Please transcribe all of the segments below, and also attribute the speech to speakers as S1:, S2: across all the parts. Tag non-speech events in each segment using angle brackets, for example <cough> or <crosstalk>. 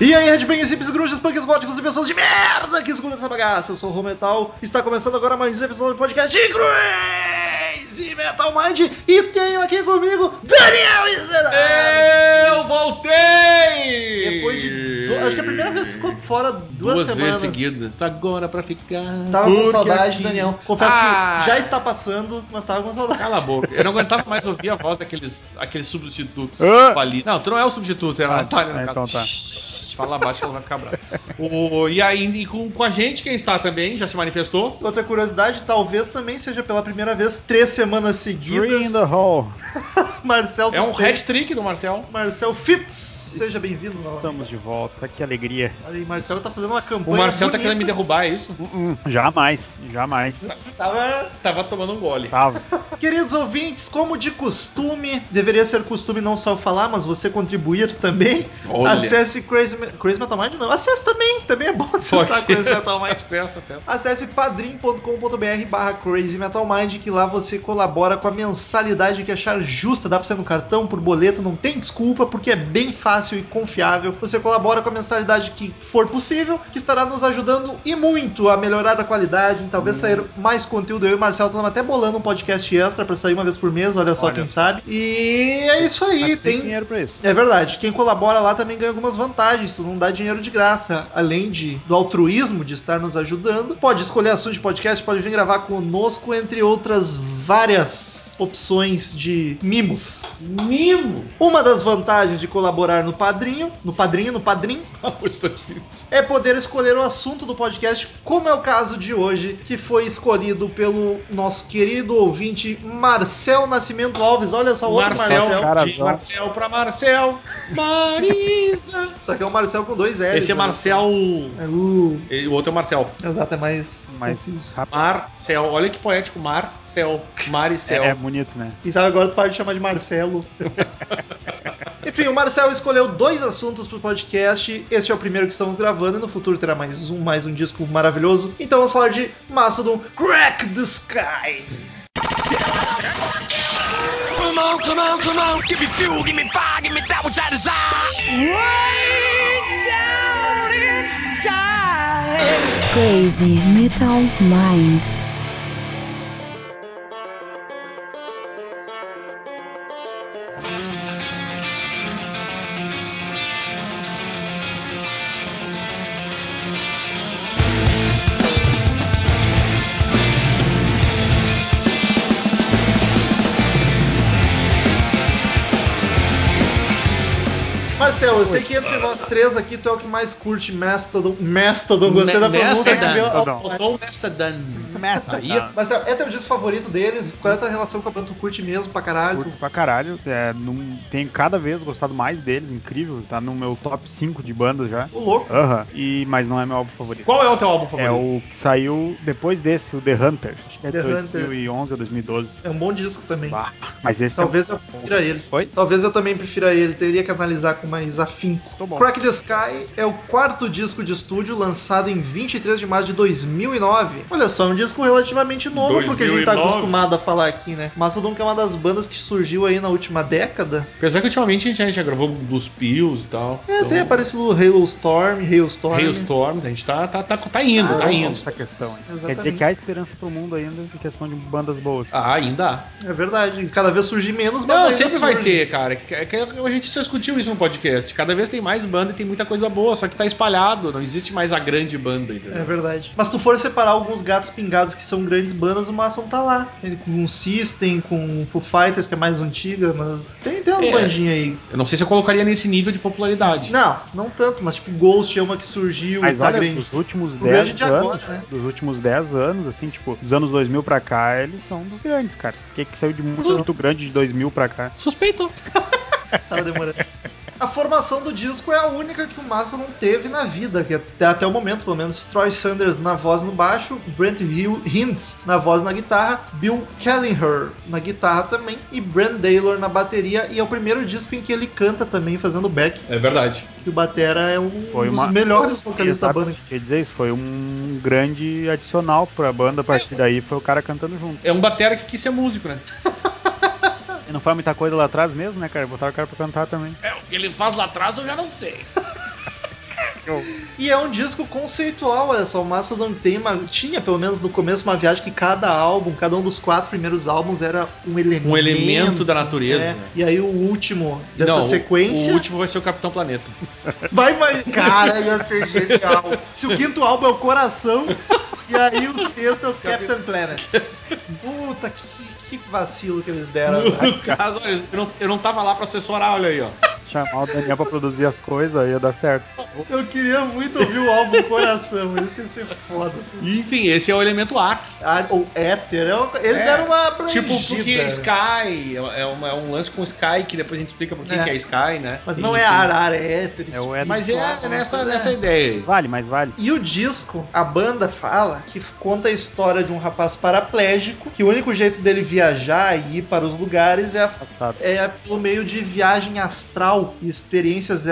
S1: E aí, headbangers, hips, grunges, punks, góticos e pessoas de merda que escutam essa bagaça. Eu sou o Rometal. Está começando agora mais um episódio do podcast de Crazy Metal Mind. E tenho aqui comigo Daniel Iserado.
S2: Eu voltei!
S1: Depois de... do- Acho que é a primeira vez que ficou fora duas,
S2: duas
S1: semanas.
S2: vezes seguidas. Agora pra ficar.
S1: Tava com
S2: porque
S1: saudade,
S2: aqui-
S1: Daniel. Confesso
S2: Ah!
S1: que já está passando, mas tava com saudade.
S2: Cala a boca. Eu não aguentava mais ouvir a voz daqueles aqueles substitutos.
S3: Hã?
S2: falidos. Não, tu não é o substituto, é a
S3: Ah,
S2: Natália, no
S3: é,
S2: caso.
S3: então tá.
S2: Shhh, Fala baixo que ela vai ficar brava. O- e aí, e com, com a gente, quem está também, já se manifestou.
S1: Outra curiosidade, talvez também seja pela primeira vez, três semanas
S3: Three in
S1: seguidas,
S3: the hall.
S1: Marcel
S2: É um
S1: Suspeito.
S2: hat-trick do Marcel.
S1: Marcel Fitz, seja bem-vindo. novamente.
S3: Estamos de volta, que alegria. <laughs>
S1: Olha aí, Marcel tá fazendo uma
S2: O
S1: campanha.
S2: Marcel tá
S1: bonita.
S2: querendo me derrubar, é isso?
S3: Uh-uh, Jamais, jamais.
S1: Tava-
S2: Tava tomando um gole.
S3: Tava.
S1: Queridos ouvintes, como de costume, deveria ser costume não só eu falar, mas você contribuir também.
S2: Olha.
S1: Acesse Crazy, Me- Crazy Metal Mind, não. Acesse também, também é bom acessar
S2: Pode.
S1: Crazy Metal Mind.
S2: Acessa, acessa.
S1: Acesse padrim.com.br barra Crazy Metal Mind, que lá você colabora com a mensalidade que achar justa. Dá pra ser no cartão, por boleto, não tem desculpa, porque é bem fácil e confiável. Você colabora com a mensalidade que for possível, que estará nos ajudando e muito a melhorar a qualidade, em talvez
S3: Hum.
S1: sair mais conteúdo. Eu e o Marcelo estamos até bolando um podcast extra pra sair uma vez por mês, olha só
S3: Olha.
S1: quem sabe. E é isso aí,
S3: Mas tem
S1: tem...
S3: dinheiro pra isso.
S1: É verdade. Quem colabora lá também ganha algumas vantagens. Tu não dá dinheiro de graça. Além de, do altruísmo de estar nos ajudando, pode escolher assunto de podcast, pode vir gravar conosco, entre outras várias opções de mimos.
S2: Mimo!
S1: Uma das vantagens de colaborar no Padrinho, no Padrinho, no Padrim,
S2: Tá difícil.
S1: é poder escolher o assunto do podcast, como é o caso de hoje, que foi escolhido pelo nosso querido ouvinte Marcel Nascimento Alves. Olha só, Tá outro
S2: Marcel,
S1: Marcel.
S2: de
S3: Carazão.
S2: Marcel pra Marcel. Marisa.
S1: Só que é o Marcel com dois L's.
S2: Esse é
S1: né?
S2: Marcel.
S1: É o...
S2: e O outro é o Marcel.
S1: Exato, é mais.
S3: Mas
S1: conciso.
S3: rápido.
S2: Ah, Marcel. Olha que poético. Marcel.
S3: É,
S2: Maricel.
S3: é bonito, né?
S1: Quem sabe agora tu para de chamar de Marcelo. <laughs> Enfim, o Marcel escolheu dois assuntos pro podcast. Este é o primeiro que estamos gravando e no futuro terá mais um, mais um disco maravilhoso. Então vamos falar de Mastodon Crack the Sky.
S4: Come on, come on, come on. Give me fuel, give me fire, give me that which I desire. Way down inside.
S5: Crazy Metal Mind.
S1: Marcel, eu sei que entre nós três aqui tu é o que mais curte Mastodon. Mastodon, gostei da pronúncia.
S2: Mastodon.
S1: viu?
S3: Mastodon.
S2: Botou o Mastodon.
S3: Mestre.
S2: Aí,
S1: Marcel, é teu disco favorito deles? Qual é a tua relação com a banda? Tu curte mesmo pra caralho?
S3: Curto pra caralho. É, num- tenho cada vez gostado mais deles, incrível. Tá no meu top 5 de bandas já.
S1: O louco.
S3: Aham. E, mas não é meu álbum favorito.
S2: Qual é o teu álbum
S3: É
S2: favorito?
S3: o que saiu depois desse, o The Hunter. Acho que é
S1: The
S3: de
S1: Hunter.
S3: 2011 ou 2012.
S1: É um bom disco também.
S3: Bah, Mas esse
S1: Talvez
S3: é
S1: eu prefira ele.
S3: Oi?
S1: Talvez eu também prefira ele, teria que analisar com mais afinco.
S3: Tô bom.
S1: Crack the Sky é o quarto disco de estúdio lançado em 23 de março de 2009. Olha só, é um disco relativamente novo, porque a gente tá
S2: 2009.
S1: acostumado a falar aqui, né? Mastodon que é uma das bandas que surgiu aí na última década.
S2: Apesar que ultimamente a gente já- já gravou dos Pills e tal.
S1: É, tem aparecido o Halo Storm, Hailstorm.
S2: Storm, a gente tá, tá, tá, tá indo, tá
S1: Ah,
S3: Tá
S2: indo.
S3: essa questão. hein? Quer dizer
S1: Exatamente.
S3: que há esperança pro mundo ainda em questão de bandas boas.
S2: Ah, ainda há.
S1: É verdade, cada vez surge menos, mas
S2: Não,
S1: ainda
S2: sempre vai
S1: surge.
S2: ter, cara. Que- que A gente só discutiu isso no podcast. Cada vez tem mais banda e tem muita coisa boa, só que tá espalhado. Não existe mais a grande banda,
S1: É
S2: entendeu?
S1: verdade. Mas se tu for separar alguns gatos pingados que são grandes bandas, o Mastodon tá lá. Ele com um System, com o Foo Fighters, que é mais antiga, mas tem, tem umas
S2: É.
S1: bandinhas aí.
S2: Eu não sei se eu colocaria nesse nível de popularidade.
S1: Não, não tanto, mas tipo, Ghost é uma que surgiu e
S3: Mas
S1: tá
S3: olha,
S1: grande.
S3: dos últimos
S1: O grande
S3: 10
S1: de agora,
S3: anos,
S1: né?
S3: dos últimos 10 anos, assim, tipo, dos anos 2000 pra cá, eles são dos grandes, cara. O que que saiu de muito, muito grande de 2000 pra cá?
S2: Suspeito.
S1: Tava demorando. A formação do disco é a única que o Massa não teve na vida, que até, até o momento, pelo menos. Troy Sanders na voz e no baixo, Brent Hill Hintz na voz e na guitarra, Bill Kelliher na guitarra também e Brent Taylor na bateria. E é o primeiro disco em que ele canta também, fazendo back.
S2: É verdade.
S1: Que o batera é um
S3: Foi
S1: dos
S3: uma-
S1: melhores vocalistas da
S3: Exato,
S1: banda.
S3: Quer dizer, isso foi um grande adicional pra banda. A partir daí foi o cara cantando junto.
S2: É um batera que quis ser músico, né?
S3: E não faz muita coisa lá atrás mesmo, né, cara? Botaram É, o cara pra cantar também.
S2: É, o que ele faz lá atrás eu já não sei.
S3: show.
S1: E é um disco conceitual, olha só. O Mastodon tem uma, tinha, pelo menos no começo, uma viagem que cada álbum, cada um dos quatro primeiros álbuns era um elemento.
S2: Um elemento da natureza,
S1: né?
S2: né?
S1: E aí o último dessa
S2: Não, o-
S1: sequência.
S2: O último vai ser o
S1: <laughs>
S2: Capitão Planeta.
S1: Vai, vai. Cara, ia ser genial. Se o quinto álbum é o coração, <laughs> e aí o sexto é o Captain Planet. Puta, que, que vacilo que eles deram.
S2: No caso, olha, eu não, eu não tava lá pra assessorar, olha aí, ó.
S3: Chamar o Daniel pra produzir as coisas ia dar certo.
S1: Eu queria muito ouvir o álbum Coração, esse ia ser foda.
S2: Enfim, esse é o elemento ar.
S1: Ah, Ou Éter, é uma- eles
S2: É,
S1: deram uma abrangida.
S2: Tipo, porque Sky é, uma- é um lance com Sky, que depois a gente explica por que
S1: É.
S2: que é Sky, né?
S1: Mas não
S2: Enfim.
S1: é Arar, é Éter.
S3: É o
S1: espírito,
S2: Mas é
S1: alguma
S2: nessa,
S1: coisa.
S2: nessa ideia aí.
S3: Vale, mas vale.
S1: E o disco, a banda fala que conta a história de um rapaz paraplégico que o único jeito dele viajar e ir para os lugares é a
S3: Afastado.
S1: é pelo meio de viagem astral e experiências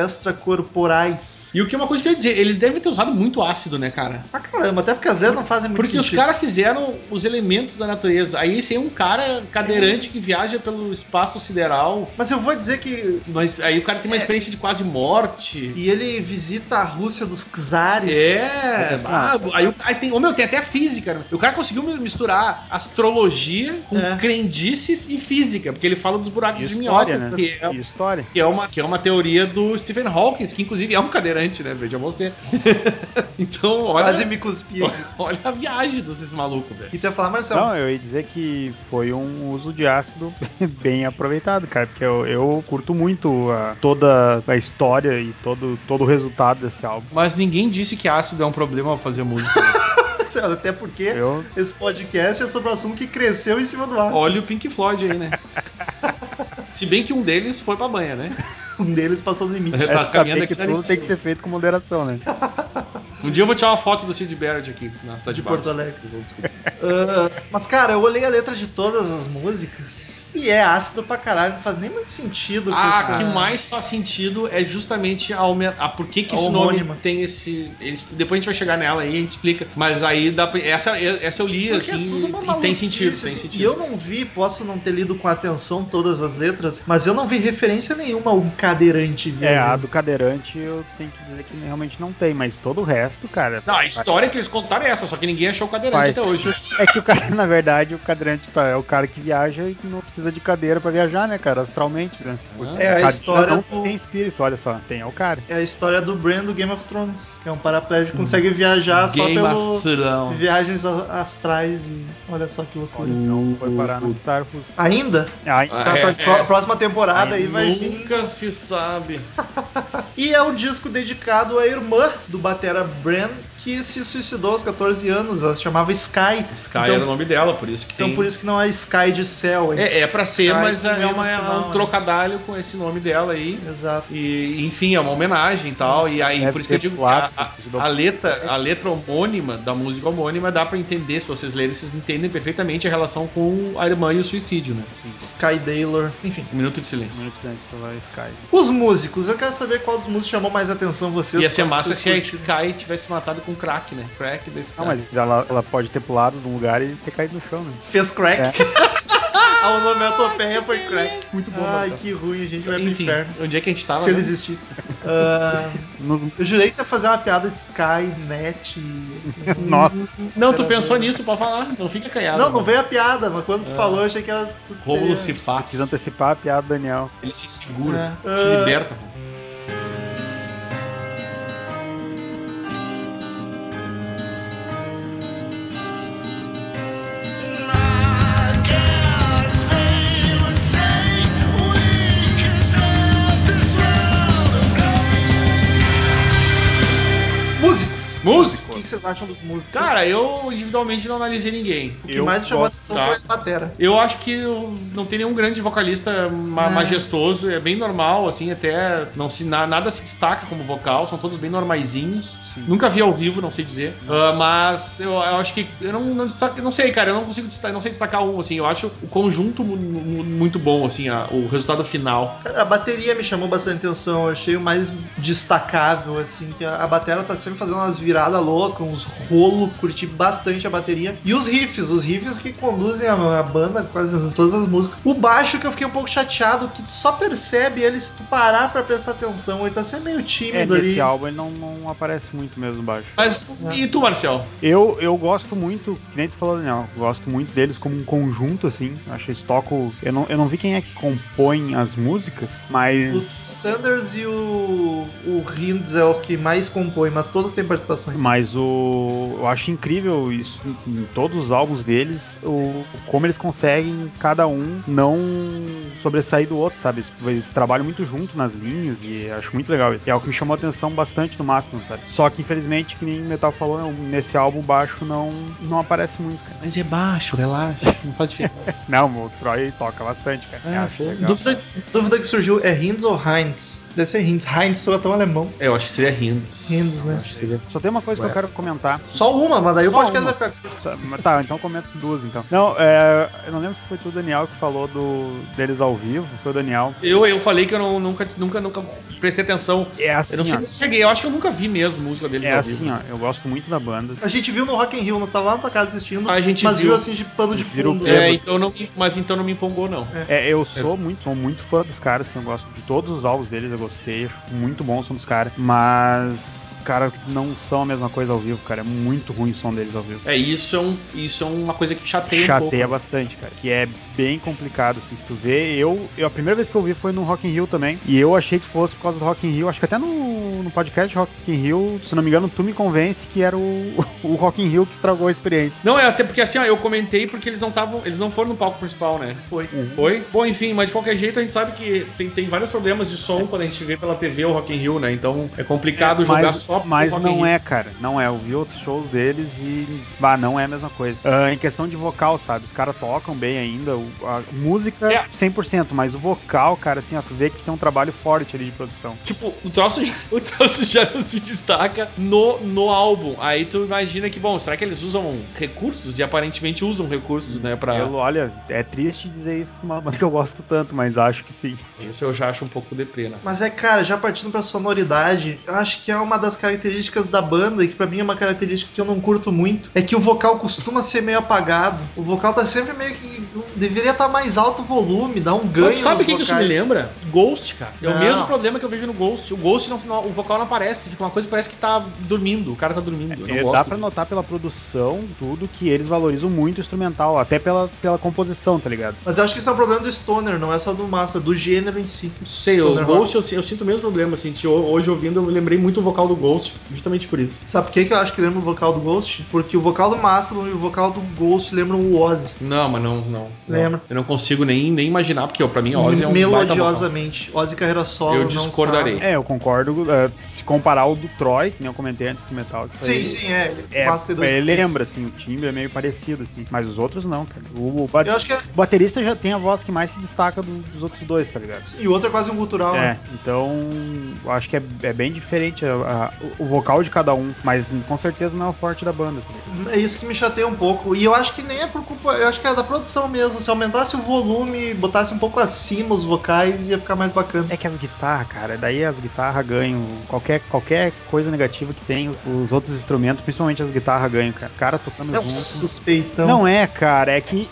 S1: extracorporais.
S2: E o que é uma coisa que eu ia dizer, eles devem ter usado muito ácido, né, cara?
S1: Ah, caramba, até porque as letras não fazem muito
S2: Porque os
S1: sentido.
S2: caras fizeram os elementos da natureza. Aí esse é um cara
S1: É.
S2: cadeirante que viaja pelo espaço sideral.
S1: Mas eu vou dizer que.
S2: Mas aí o cara
S1: É.
S2: tem uma experiência de quase morte.
S1: E ele visita a Rússia dos Czares.
S2: É,
S3: Essa-
S2: ah, aí, o- aí tem, ô, meu, tem até a física. né? O cara conseguiu mi- misturar astrologia com
S1: É.
S2: crendices e física, porque ele fala dos buracos
S3: E
S2: de minhoca,
S3: história, né?
S2: que, é,
S3: E história.
S2: que é uma, que é uma teoria do Stephen Hawking, que inclusive é um cadeirante, né? Veja você. <laughs> então,
S1: Quase
S2: olha,
S1: me
S2: <laughs>
S1: cuspi.
S2: olha a viagem desses malucos, velho.
S1: E tu ia falar, Marcelo?
S3: Não, eu ia dizer que foi um uso de ácido <laughs> bem aproveitado, cara, porque eu, eu curto muito a- toda a história e todo, todo o resultado desse álbum.
S2: Mas ninguém disse que ácido é um problema pra fazer música.
S1: Marcelo, até porque
S3: Eu,
S1: esse podcast é sobre o assunto que cresceu em cima do ar.
S2: olha o Pink Floyd aí, né? Se bem que um deles foi pra banha, né?
S1: Um deles passou do limite.
S3: é
S2: Tá caminhando
S3: saber
S2: aqui
S3: que
S2: na
S3: tudo tem que ser feito com moderação, né?
S2: Um dia eu vou tirar uma foto do Sid Barrett aqui na cidade
S1: De
S2: Tá de
S1: Porto
S2: Baixa.
S1: Alegre. Ah, mas, cara, eu olhei a letra de todas as músicas e é ácido pra caralho, não faz nem muito sentido.
S2: Ah,
S1: com essa-
S2: que mais faz sentido é justamente a, aume- a por que, que esse
S1: Homônima.
S2: nome tem esse. eles- depois a gente vai chegar nela aí, a gente explica. Mas aí dá pra, essa, essa eu li,
S1: Porque é tudo
S2: assim,
S1: uma
S2: e tem
S1: maluquice,
S2: sentido, tem
S1: assim.
S2: sentido.
S1: E eu não vi, posso não ter lido com atenção todas as letras, mas eu não vi referência nenhuma a um cadeirante. viu?
S3: É, a do cadeirante eu tenho que dizer que realmente não tem, mas todo o resto, cara.
S2: Não, a história que eles contaram é essa, só que ninguém achou o cadeirante
S3: Faz-
S2: até hoje.
S3: É que o cara, <laughs> na verdade, o cadeirante tá, é o cara que viaja e que não precisa de cadeira pra viajar, né, cara? Astralmente, né?
S2: Ah.
S1: É a
S3: Cadeira
S1: história
S3: não
S1: do-
S3: tem espírito, olha só, tem é o cara.
S1: É a história do Bran do Game of Thrones, que é um paraplégico que consegue viajar só
S2: Game
S1: pelo
S2: of Thrones.
S1: viagens a- astrais e olha só que loucura.
S3: Olha, não foi parar no Sarfus.
S1: Ainda?
S3: Aí,
S2: Ah,
S1: Tá,
S2: é,
S1: pra-
S2: é. Uhum.
S1: pró- Próxima temporada aí vai vir.
S2: Nunca se sabe.
S1: Então- E é um disco dedicado à irmã do batera Bran, que se suicidou aos 14 anos. Ela se chamava Sky.
S2: Sky
S1: Então-
S2: era o nome dela, por isso que
S1: Então
S2: tem.
S1: por isso que não é Sky de céu.
S2: É, é pra ser,
S1: Sky
S2: mas
S1: com E
S2: é,
S1: no
S2: uma- é
S1: final,
S2: um
S1: né?
S2: trocadalho com esse nome dela aí.
S1: Exato.
S2: E, enfim, é uma homenagem e tal. e aí,
S3: deve
S2: por isso que eu
S3: ter
S2: digo que a,
S3: pulado,
S2: a-
S3: ajudou.
S2: a
S1: é
S2: letra, a letra homônima da música homônima dá pra entender, se vocês lerem, vocês entendem perfeitamente a relação com a irmã e o suicídio, né?
S1: Sky Daylor, enfim.
S2: Um minuto de silêncio.
S3: Minuto de silêncio pela Sky.
S1: Os músicos, eu quero saber qual dos músicos chamou mais atenção vocês.
S2: Ia ser
S1: qual que
S2: massa é
S1: vocês
S2: se a
S1: curtiram.
S2: Sky tivesse matado com crack, né? Crack desse
S1: Ah,
S3: Não,
S2: cara.
S3: Ah, mas ela, ela pode ter pulado de um lugar e ter caído no chão, né?
S1: Fez <laughs> crack. Ah, A onomatopeia é foi crack.
S3: Muito bom,
S1: É. Ai,
S3: Marcelo.
S1: que ruim, a gente vai pro
S2: Enfim,
S1: inferno.
S2: onde é que a gente tava?
S1: Se ele
S2: né?
S1: existisse. Ah,
S3: Nos...
S1: eu jurei que ia fazer uma piada de Sky, Net.
S2: <laughs>
S1: e-
S3: Nossa,
S2: Não, tu pensou nisso pra falar. Não fica canhado.
S1: né? Não, não
S2: mano.
S1: veio a piada, mas quando tu falou, eu achei que ela. tu
S2: Rômulo
S1: teria-
S2: se faz.
S3: quis antecipar a piada do Daniel.
S2: Ele se segura,
S1: É.
S2: se
S1: Ah.
S2: liberta. pô.
S1: Músicos!
S2: Músico!
S1: O que que vocês acham dos músicos?
S2: Cara, eu individualmente não analisei ninguém.
S1: o que
S3: eu
S1: mais me chamou a
S3: gosto
S1: atenção
S2: da-
S1: foi a batera.
S2: Eu acho que eu- não tem nenhum grande vocalista ma-
S1: Ah.
S2: majestoso, é bem normal, assim, até não se, na- nada se destaca como vocal, são todos bem normaizinhos.
S3: Sim.
S2: Nunca vi ao vivo, não sei dizer. Ah, mas eu, eu acho que. Eu não, não, destaca- eu não sei, cara, eu não consigo destacar, não sei destacar um, assim. Eu acho o conjunto mu- mu- muito bom, assim, a- o resultado final.
S1: Cara, a bateria me chamou bastante atenção, eu achei o mais destacável, assim, que a, a batera tá sempre fazendo umas viradas loucas, uns rolo, curti bastante a bateria. E os riffs, os riffs que conduzem a, a banda, quase as- todas as músicas. O baixo que eu fiquei um pouco chateado, que tu só percebe ele se tu parar pra prestar atenção, ele tá sendo meio
S3: É,
S1: tímido ali.
S3: nesse álbum ele não, não aparece muito mesmo baixo.
S2: Mas e tu, Marcel?
S3: Eu, eu gosto muito, que nem tu falou, Daniel, eu gosto muito deles como um conjunto, assim. Eu acho eles tocam. Eu não, eu não vi quem é que compõe as músicas,
S1: O
S3: mas.
S1: Sanders e o, o Hinds é os que mais compõem, mas todos têm participações.
S3: Mas o. Eu acho incrível isso em em todos os álbuns deles, o, como eles conseguem, cada um, não sobressair do outro, sabe? Eles, eles trabalham muito junto nas linhas e eu acho muito legal isso. E é o que me chamou a atenção bastante no Mastodon, sabe? Só que infelizmente, que nem o Metal falou, eu- nesse álbum o baixo não, não aparece muito, cara.
S2: Mas é baixo, relaxa, não faz diferença.
S3: Não, o Troy toca bastante, cara.
S2: Ah,
S3: eu acho
S2: pô,
S3: legal.
S1: Dúvida, dúvida que surgiu é Hinds ou Heinz? Deve ser Hinds. Heinz soa tão alemão.
S2: <laughs> eu acho que seria Hinds.
S1: Hinds, né?
S2: Eu Acho que seria...
S3: Só tem uma coisa
S2: Ué.
S3: que eu quero comentar.
S1: Só uma, mas aí o
S3: Só
S1: podcast
S3: uma.
S1: vai ficar.
S3: Tá, mas tá, então comento duas então. Não, é, eu não lembro se foi tu, Daniel, que falou do, deles ao vivo. Foi o Daniel.
S2: Eu, eu falei que eu não- nunca, nunca, nunca prestei atenção.
S3: É assim,
S2: Eu não sei
S3: ó.
S2: se eu cheguei, eu acho que eu nunca vi mesmo música deles
S3: É
S2: ao
S3: assim,
S2: vivo. É.
S3: ó. Eu gosto muito da banda.
S1: A gente viu no Rock in Rio, nós tava lá na tua casa assistindo,
S2: A gente
S1: mas viu,
S2: viu.
S1: assim de pano de
S3: Virou
S1: fundo.
S2: É,
S1: né?
S2: então não, me- mas então não me empolgou, não.
S3: É, eu sou muito, sou muito fã dos caras, assim, eu gosto de todos os álbuns deles, eu gostei, acho muito bom o som dos caras, mas, cara, não são a mesma coisa ao vivo, cara, é muito ruim o som deles ao vivo.
S2: É, isso é, um, isso é uma coisa que chateia, um
S3: Chateia
S2: pouco.
S3: bastante, cara. Que é bem complicado, assim, se tu vê. Eu, eu- a primeira vez que eu vi foi no Rock in Rio também. E eu achei que fosse por causa do Rock in Rio. Acho que até no, no podcast Rock in Rio, se não me engano, tu me convence que era o, <laughs> o Rock in Rio que estragou a experiência.
S2: Não, é até porque assim, ó, eu comentei porque eles não estavam, eles não foram no palco principal, né?
S1: Foi.
S2: Foi? Bom, enfim, mas de qualquer jeito a gente sabe que tem, tem vários problemas de som quando a gente vê pela TV o Rock in Rio, né? Então é complicado jogar
S3: mas
S2: só pro
S3: mas
S2: Rock in
S3: não
S2: Rio.
S3: é, cara. Não é. Eu vi outros shows deles e. Bah, não é a mesma coisa. Ah, em questão de vocal, sabe? Os caras tocam bem ainda. o- A música,
S2: É.
S3: 100%. Mas o vocal, cara, assim, ó, tu vê que tem um trabalho forte ali de produção.
S2: Tipo, o troço, já, <laughs> o troço já não se destaca no, no álbum. Aí tu imagina que, bom, será que eles usam recursos? E aparentemente usam recursos, né? Pra...
S3: Eu, olha, é triste dizer isso numa banda que eu gosto tanto, mas <laughs> acho que sim.
S2: Isso eu já acho um pouco deprê, né?
S1: Mas é, cara, já partindo pra sonoridade, eu acho que é uma das características da banda, e que pra mim é uma característica que eu não curto muito, é que o vocal costuma ser meio apagado. O vocal tá sempre meio que. Deveria estar mais alto o volume, dar um ganho.
S2: Mas sabe o
S1: nos
S2: que, que isso me
S1: vocais.
S2: lembra? Ghost, cara. É o
S1: Não.
S2: mesmo problema que eu vejo no Ghost. O Ghost, não, não- o vocal não aparece. Fica uma coisa que parece que tá dormindo. O cara tá dormindo. Eu não
S3: É,
S2: gosto.
S3: dá pra notar pela produção, tudo, que eles valorizam muito o instrumental, até pela, pela composição, tá ligado?
S1: Mas eu acho que isso é um problema do Stoner, não é só do Massa, do gênero em si.
S2: Não sei, o
S1: Stoner
S2: Ghost eu, eu sinto o mesmo problema, assim. Te- Hoje ouvindo, eu me lembrei muito o vocal do Ghost, justamente por isso.
S1: Sabe por que, que eu acho que lembra o vocal do Ghost? Porque o vocal do Mastodon e o vocal do Ghost lembram o Ozzy.
S2: Não, mas não, não.
S1: Lembra?
S2: Eu não consigo nem, nem imaginar, porque ó, pra mim Ozzy é um baita vocal.
S1: Melodiosamente. Ozzy carreira solo.
S2: Eu
S1: não
S2: discordarei.
S1: sabe.
S3: É, eu concordo. é, se comparar o do Troy, que nem eu comentei antes do metal, que isso
S1: Sim,
S3: aí-
S1: sim, é.
S3: É,
S1: Master dois-
S3: ele lembra, assim, o timbre é meio parecido, assim. Mas os outros não, cara. O, o
S1: Eu
S3: ba-
S1: acho que é.
S3: o baterista já tem a voz que mais se destaca do- dos outros dois, tá ligado?
S1: E o outro é quase um gutural,
S3: É,
S1: né?
S3: então eu acho que é, é bem diferente a- a- o- o vocal de cada um, mas com certeza não é o forte da banda. tá ligado?
S1: É isso que me chateia um pouco. E eu acho que nem é por culpa. Eu acho que é da produção mesmo. Se aumentasse o volume, botasse um pouco acima os vocais, ia ficar mais bacana.
S3: É que as guitarras, cara, daí as guitarras ganham. Qualquer, qualquer coisa negativa que tem, os, os outros instrumentos, principalmente as guitarras, ganham, cara. Os caras tocando
S1: É um
S3: junto.
S1: suspeitão.
S3: Não é, cara, é que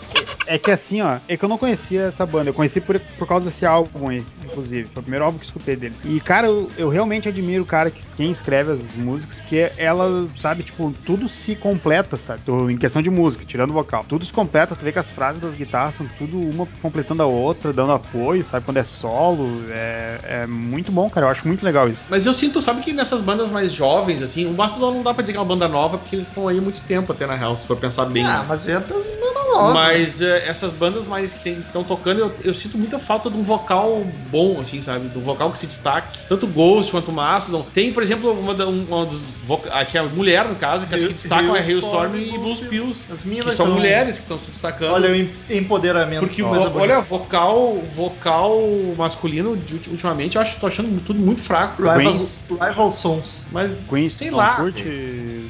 S3: é que assim, ó, é que eu não conhecia essa banda, eu conheci por, por causa desse álbum aí, inclusive, foi o primeiro álbum que eu escutei deles. E cara, eu, eu realmente admiro o cara que quem escreve as músicas, porque elas, sabe, tipo, tudo se completa, sabe? Tu- Em questão de música, tirando o vocal, tudo se completa, tu vê que as frases das guitarras são tudo uma completando a outra, dando apoio, sabe? Quando é solo, é, é muito bom, cara, eu acho muito legal isso.
S2: Mas eu sinto, sabe que nessas bandas mais jovens, assim, o Mastodon não dá pra dizer que é uma banda nova, porque eles estão aí há muito tempo até, na real, se for pensar bem.
S1: Ah,
S2: né?
S1: mas é das nova.
S2: Mas eh, essas bandas mais que estão tocando, eu, eu sinto muita falta de um vocal bom, assim, sabe? De um vocal que se destaque. Tanto Ghost quanto Mastodon. Tem, por exemplo, uma, da- um- uma dos voca- aqui a mulher, no caso, que as que
S1: Hail-
S2: destacam é
S1: Hailstorm
S2: Hailstorm e
S1: e
S2: Blues Pills.
S1: As
S2: Que
S1: minas
S2: são
S1: tão-
S2: mulheres que estão se destacando.
S1: Olha o em- empoderamento.
S2: Porque o
S1: Coisa
S2: vo-
S1: bonita.
S2: olha, vocal, vocal masculino de ulti- ultimamente eu acho tô achando tudo muito fraco.
S1: Rival,
S3: Queens.
S1: Rival Sons.
S2: Mas
S3: Queen,
S2: Sei
S3: não
S2: lá.
S3: curte,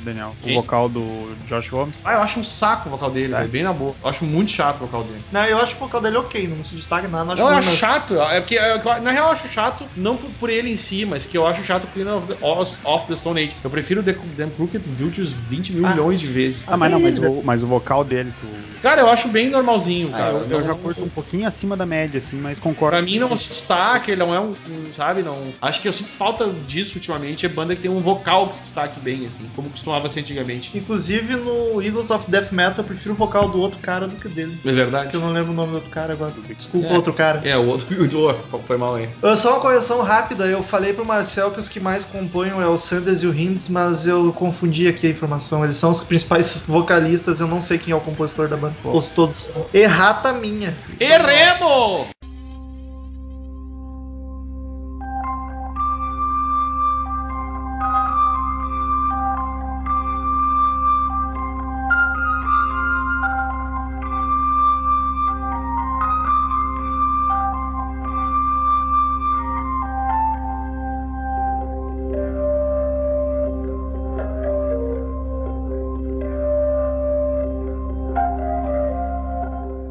S3: Daniel,
S2: Quem?
S3: o vocal do Josh Holmes?
S2: ah, eu acho um saco o vocal dele,
S3: Tá.
S2: velho, bem na boca.
S3: boa.
S2: Eu acho muito chato o vocal dele.
S1: Não, eu acho que o vocal dele ok, não se destaca nada. Não acho
S2: Não, eu
S1: ruim,
S2: acho
S1: mas-
S2: chato. É porque, é, que eu- na real, eu acho chato, não por, por ele em si, mas que eu acho chato Queen of the, of, of the Stone Age. Eu prefiro The, the Crooked Vultures 20 mil
S1: Ah.
S2: milhões de vezes.
S3: Ah, mas não, mas o, mas o vocal dele, tu.
S2: Cara, eu acho bem normalzinho,
S3: Ah,
S2: cara.
S3: eu, eu
S2: Não-
S3: já curto um pouquinho acima da média, assim, mas concordo.
S2: Pra mim não se destaca, ele não é um, um, sabe, não. Acho que eu sinto falta disso ultimamente, é banda que tem um vocal que se destaque bem, assim, como costumava ser antigamente.
S1: Inclusive no Eagles of Death Metal, eu prefiro o vocal do outro cara do que o dele.
S2: É
S1: Porque
S2: verdade.
S1: eu não lembro o nome do outro cara agora. Desculpa,
S2: É.
S1: outro cara.
S2: É, o outro <laughs> o do- foi mal aí.
S1: Ah, Só uma correção rápida, eu falei pro Marcel que os que mais compõem é o Sanders e o Hinds, mas eu confundi aqui a informação. Eles são os principais <laughs> vocalistas, eu não sei quem é o compositor da banda. Os todos são. Errata minha.
S2: Erremo!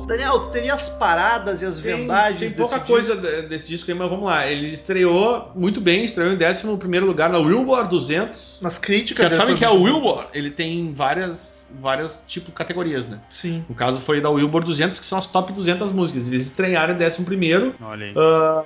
S1: Daniel, tu teria as paradas e as
S2: Tem,
S1: vendagens
S2: tem
S1: desse
S2: pouca
S1: disco?
S2: coisa de- desse disco aí, mas vamos lá. Ele estreou muito bem, estreou em 11 lugar na Billboard 200.
S1: Nas críticas.
S2: Já sabem
S1: né,
S2: que a Billboard, ele tem várias, várias tipo categorias, né?
S1: Sim.
S2: No caso foi da Billboard 200, que são as top 200 músicas. Eles estrearam em 11
S3: Olha aí.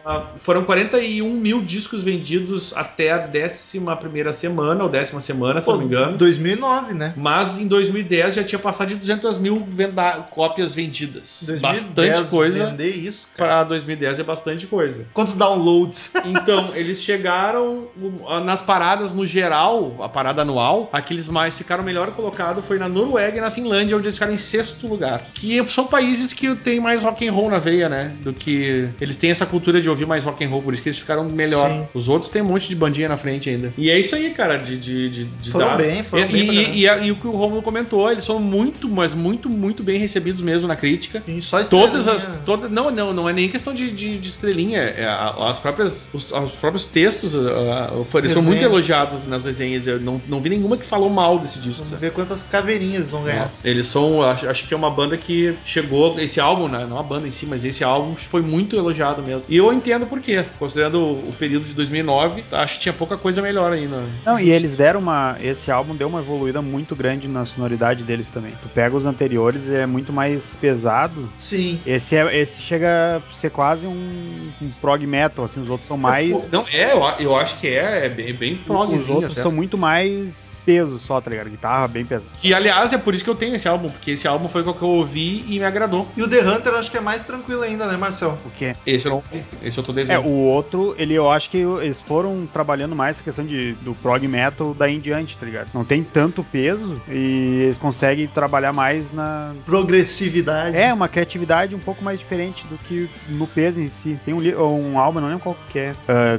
S2: Ah, foram 41 mil discos vendidos até a 11 semana, ou décima semana, se
S1: Pô,
S2: não me engano.
S1: 2009, né?
S2: Mas em 2010 já tinha passado de 200 mil venda- cópias vendidas.
S1: 2010
S2: bastante coisa.
S1: Vender isso, cara.
S2: Para 2010 é bastante coisa.
S1: Quantos downloads?
S2: Então, eles chegaram um, nas paradas no geral, a parada anual, aqueles mais ficaram melhor colocado foi na Noruega e na Finlândia, onde eles ficaram em sexto lugar. Que são países que têm mais rock and roll na veia, né? Do que eles têm essa cultura de ouvir mais rock and roll, por isso que eles ficaram melhor.
S1: Sim.
S2: Os outros têm um monte de bandinha na frente ainda. E é isso aí, cara, de de, de, de
S1: <laughs> Foram
S2: dados.
S1: bem, foram
S2: e,
S1: bem pra
S2: e,
S1: caramba.
S2: e, a- e o que o Romulo comentou, eles são muito, mas muito, muito bem recebidos mesmo na crítica.
S1: Sim, Só
S2: Todas
S1: estrelinha.
S2: as. Toda, não, não, não é nem questão de, de, de estrelinha. é a- as próprias, os, os próprios textos ah, ah, foram- são
S1: Resenhas.
S2: muito elogiados nas resenhas. Eu não, não vi nenhuma que falou mal desse disco.
S1: Vamos
S2: sabe?
S1: ver quantas caveirinhas vão ganhar.
S2: É. Eles são. Acho, acho que é uma banda que chegou. Esse álbum, né? Não a banda em si, mas esse álbum foi muito elogiado mesmo. E eu entendo por quê. Considerando o, o período de 2009, acho que tinha pouca coisa melhor aí, né?
S3: Não, e eles deram uma. Esse álbum deu uma evoluída muito grande na sonoridade deles também. Tu pega os anteriores, ele é muito mais pesado.
S1: Sim.
S3: Esse, é, esse chega a ser quase um, um prog metal, assim, os outros são mais.
S2: Não, é, eu, a- eu acho que é. É bem, bem assim.
S3: os
S2: progzinho
S3: outros
S2: até.
S3: são muito mais peso só, tá ligado? Guitarra bem pesada.
S2: Que, aliás, é por isso que eu tenho esse álbum, porque esse álbum foi o que eu ouvi e me agradou.
S1: E o The Hunter eu acho que é mais tranquilo ainda, né, Marcel?
S3: Porque
S2: Esse eu não ouvi. Esse eu tô devendo.
S3: é o outro, ele eu acho que eles foram trabalhando mais essa questão de, do prog metal daí em diante, tá ligado? Não tem tanto peso e eles conseguem trabalhar mais na,
S1: Progressividade.
S3: É, uma criatividade um pouco mais diferente do que no peso em si. Tem um, li- um álbum, não lembro qual que é. ah,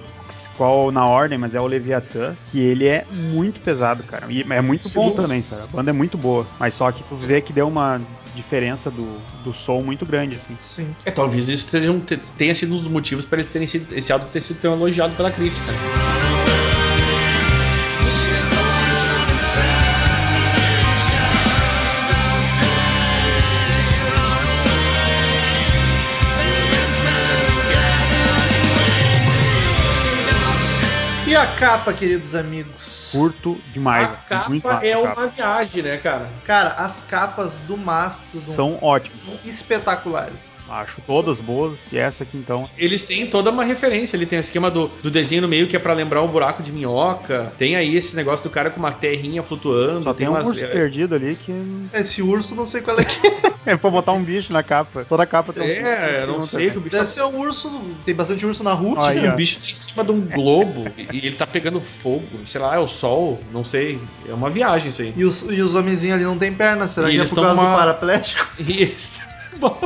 S3: qual na ordem, mas é o Leviathan, que ele é muito pesado, cara. E é muito
S2: Sim.
S3: bom também, sabe? A banda é muito boa. Mas só que tu vê que deu uma diferença do, do som muito grande, assim.
S1: Sim.
S2: É, talvez isso seja um, te- tenha sido um dos motivos para eles terem sido, esse álbum ter sido tão elogiado pela crítica.
S1: E a capa, queridos amigos?
S3: Curto demais.
S2: a
S3: assim, muito
S2: capa
S3: massa,
S2: é
S3: a
S2: uma
S3: capa.
S2: viagem, né, cara?
S1: Cara, as capas do Mastodon
S3: São ótimos.
S1: são espetaculares.
S3: Acho todas boas. E essa aqui, então,
S2: Eles têm toda uma referência. Ele tem o esquema do, do desenho no meio que é para lembrar um buraco de minhoca. Tem aí esses negócios do cara com uma terrinha flutuando.
S3: só tem um
S2: umas- é.
S3: urso perdido ali que...
S1: Esse urso, não sei qual é que
S3: <laughs> É pra botar um bicho na capa. Toda capa tem um
S2: É, eu não sei que o bicho
S1: Deve
S2: tá
S1: ser um urso. Tem bastante urso na Rússia.
S3: Aí,
S2: O bicho tá em cima de um globo e ele tá pegando fogo. Sei lá, é o sol, não sei. É uma viagem isso aí.
S1: E os, e os homenzinhos ali não tem perna. Será
S2: E
S1: que é
S2: eles
S1: por
S2: tão
S1: causa do
S2: uma-
S1: paraplético?
S2: E <laughs> eles.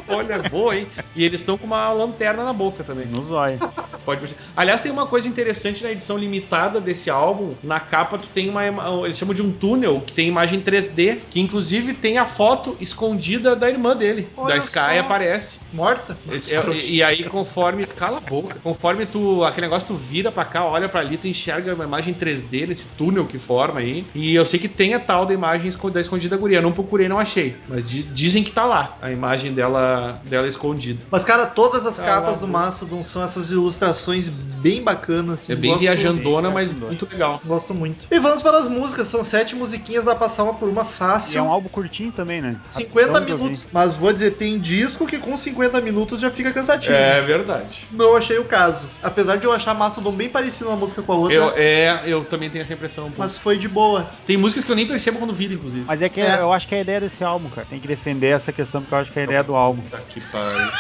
S2: Olha, boa, hein? E eles estão com uma lanterna na boca também.
S3: No zóio.
S2: Pode mexer. Aliás, tem uma coisa interessante na edição limitada desse álbum. Na capa, tu tem uma. ima- Eles chamam de um túnel que tem imagem 3D, que inclusive tem a foto escondida da irmã dele.
S1: Olha
S2: da Sky
S1: só.
S2: aparece.
S1: Morta?
S2: E- É, E, e aí, conforme. Cala a boca. Conforme tu. Aquele negócio, tu vira pra cá, olha pra ali, tu enxerga uma imagem 3D nesse túnel que forma aí. E eu sei que tem a tal da imagem esco- da escondida guria. Eu não procurei, não achei. Mas di- dizem que tá lá. A imagem dela, dela escondida.
S1: Mas, cara, todas as
S2: Ah,
S1: capas
S2: lá,
S1: do
S2: viu?
S1: Mastodon são essas ilustrações bem bacanas. assim,
S2: É bem
S1: gosto-
S2: viajandona,
S3: bem
S2: mas
S3: viajandona.
S2: muito legal.
S1: Gosto muito. E vamos para as músicas, são sete musiquinhas, dá pra passar uma por uma
S3: E é
S1: fácil.
S3: um álbum curtinho também, né?
S1: 50
S3: Rapidão de ouvir.
S1: minutos. Mas vou dizer, tem disco que com 50 minutos já fica cansativo.
S2: É verdade.
S1: Não achei o caso. Apesar de eu achar Mastodon bem parecido uma música com a outra,
S2: Eu, é, eu também tenho essa impressão. um pouco.
S1: Né? mas foi de boa.
S2: Tem músicas que eu nem percebo quando viro, inclusive.
S3: Mas é que
S1: É.
S3: eu acho que é a ideia desse álbum, cara. Tem que defender essa questão porque eu acho que é a ideia do álbum.
S2: Tá que
S1: <laughs>
S2: pariu.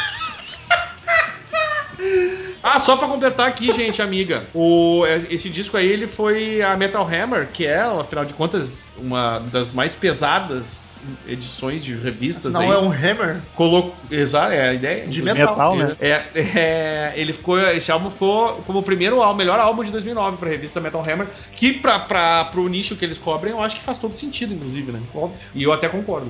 S2: Ah, só pra completar aqui, gente, amiga. O, é, esse disco aí, ele foi a Metal Hammer, que é, afinal de contas, uma das mais pesadas edições de revistas
S1: Não
S2: aí.
S1: é um hammer?
S2: Colocou... Exato, é a ideia.
S1: De
S2: inclusive.
S1: metal,
S3: Metal, né?
S2: É, é, ele ficou, esse álbum ficou como o primeiro álbum, melhor álbum de 2009 para a revista Metal Hammer, que pra, pra, pro nicho que eles cobrem, eu acho que faz todo sentido, inclusive, né? Óbvio. E eu até concordo.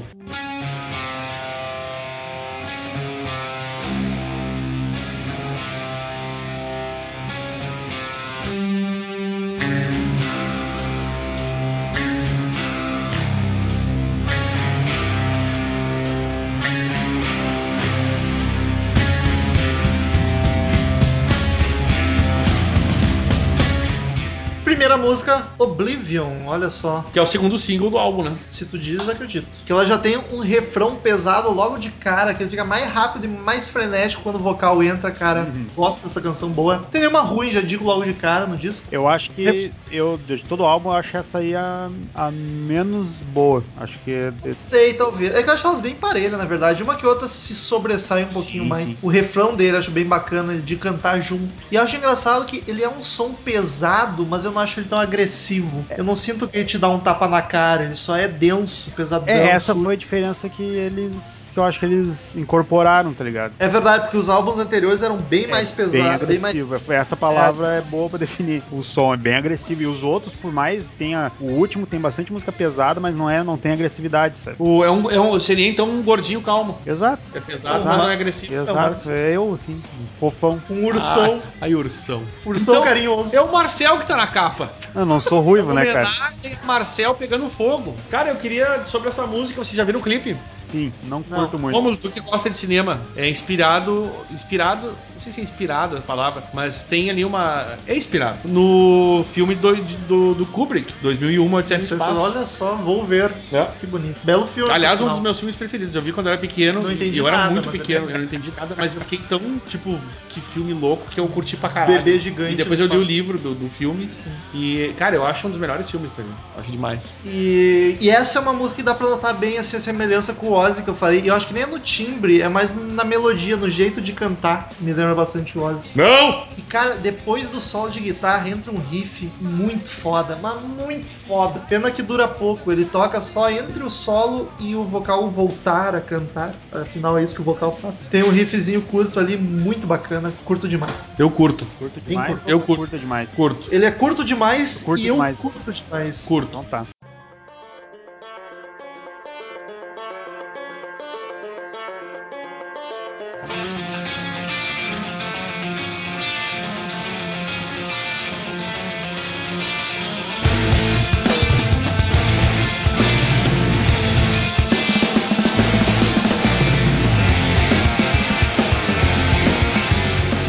S1: Primeira música, Oblivion, olha só.
S2: Que é o segundo single do álbum, né?
S1: Se tu diz, acredito. Que ela já tem um refrão pesado logo de cara, que ele fica mais rápido e mais frenético quando o vocal entra, cara.
S2: Uhum.
S1: Gosto dessa canção boa. Tem nenhuma ruim, já digo logo de cara no disco.
S3: Eu acho que
S1: Ref-
S3: eu, de todo o álbum, eu acho essa aí a, a menos boa. Acho que é desse-
S1: Sei, talvez. É que eu acho elas bem parelhas, na verdade. Uma que outra se sobressai um pouquinho
S3: Sim,
S1: mais.
S3: sim.
S1: O refrão dele eu acho bem bacana de cantar junto. E eu acho engraçado que ele é um som pesado, mas eu não acho ele tão agressivo. Eu não sinto que ele te dá um tapa na cara, ele só é denso, pesadão.
S3: É, essa
S1: surdo.
S3: foi a diferença que eles. que eu acho que eles incorporaram, tá ligado?
S1: É verdade, porque os álbuns anteriores eram bem mais
S3: Bem
S1: pesados, bem,
S3: agressivo.
S1: mais.
S3: Essa palavra é. boa pra definir. O som é bem agressivo. E os outros, por mais tenha. O último tem bastante música pesada, mas não é, não tem agressividade, sabe?
S2: O, é um, é um, seria então um gordinho calmo.
S3: Exato.
S2: É pesado,
S3: Exato.
S2: mas não é agressivo.
S3: Exato. É eu, assim, um fofão.
S1: Um ursão,
S2: Ah, Aí, ursão.
S1: ursão
S2: Então, Tipo,
S1: carinhoso.
S2: É o Marcel que tá na capa.
S3: Eu não sou ruivo, né, cara?
S2: Homenagem a Marcel pegando fogo. Cara, eu queria, sobre essa música, vocês já viram o clipe?
S3: Sim, não
S1: Não.
S3: curto muito.
S2: Como tu que gosta de cinema, é inspirado, inspirado, não sei se é inspirado a palavra, mas tem ali uma, é inspirado no filme do, de- do, do Kubrick, 2001, Odisseia no
S1: Vocês
S2: Espaço.
S1: falam, Olha só, vou ver.
S2: É.
S1: Que bonito. Belo filme.
S2: Aliás,
S1: por
S2: um dos
S1: sinal.
S2: meus filmes preferidos. Eu vi quando eu era pequeno.
S1: Não entendi
S2: e eu era
S1: nada,
S2: muito
S1: mas é
S2: pequeno,
S1: legal.
S2: eu não entendi nada, mas eu fiquei tão, tipo, que filme louco que eu curti pra caralho.
S1: Bebê gigante.
S2: E depois eu li
S1: no
S2: o livro do, do filme. E, cara, eu acho um dos melhores filmes também. Acho demais.
S1: E, e essa é uma música que dá pra notar bem assim, a semelhança com o Ozzy que eu falei. E eu acho que nem é no timbre, é mais na melodia, no jeito de cantar. Me lembra bastante o Ozzy.
S2: Não!
S1: E cara, depois do solo de guitarra entra um riff muito foda, mas muito foda. Pena que dura pouco, ele toca só entre o solo e o vocal voltar a cantar. Afinal, é isso que o vocal faz. Tem um riffzinho curto ali, muito bacana, curto demais.
S2: Eu curto.
S3: Curto
S1: Tem
S3: demais.
S1: curto.
S2: Eu curto.
S3: Curto demais.
S2: Curto.
S1: Ele é curto demais
S3: Curto
S1: e eu
S3: demais.
S1: curto demais.
S2: Curto.
S3: Então tá.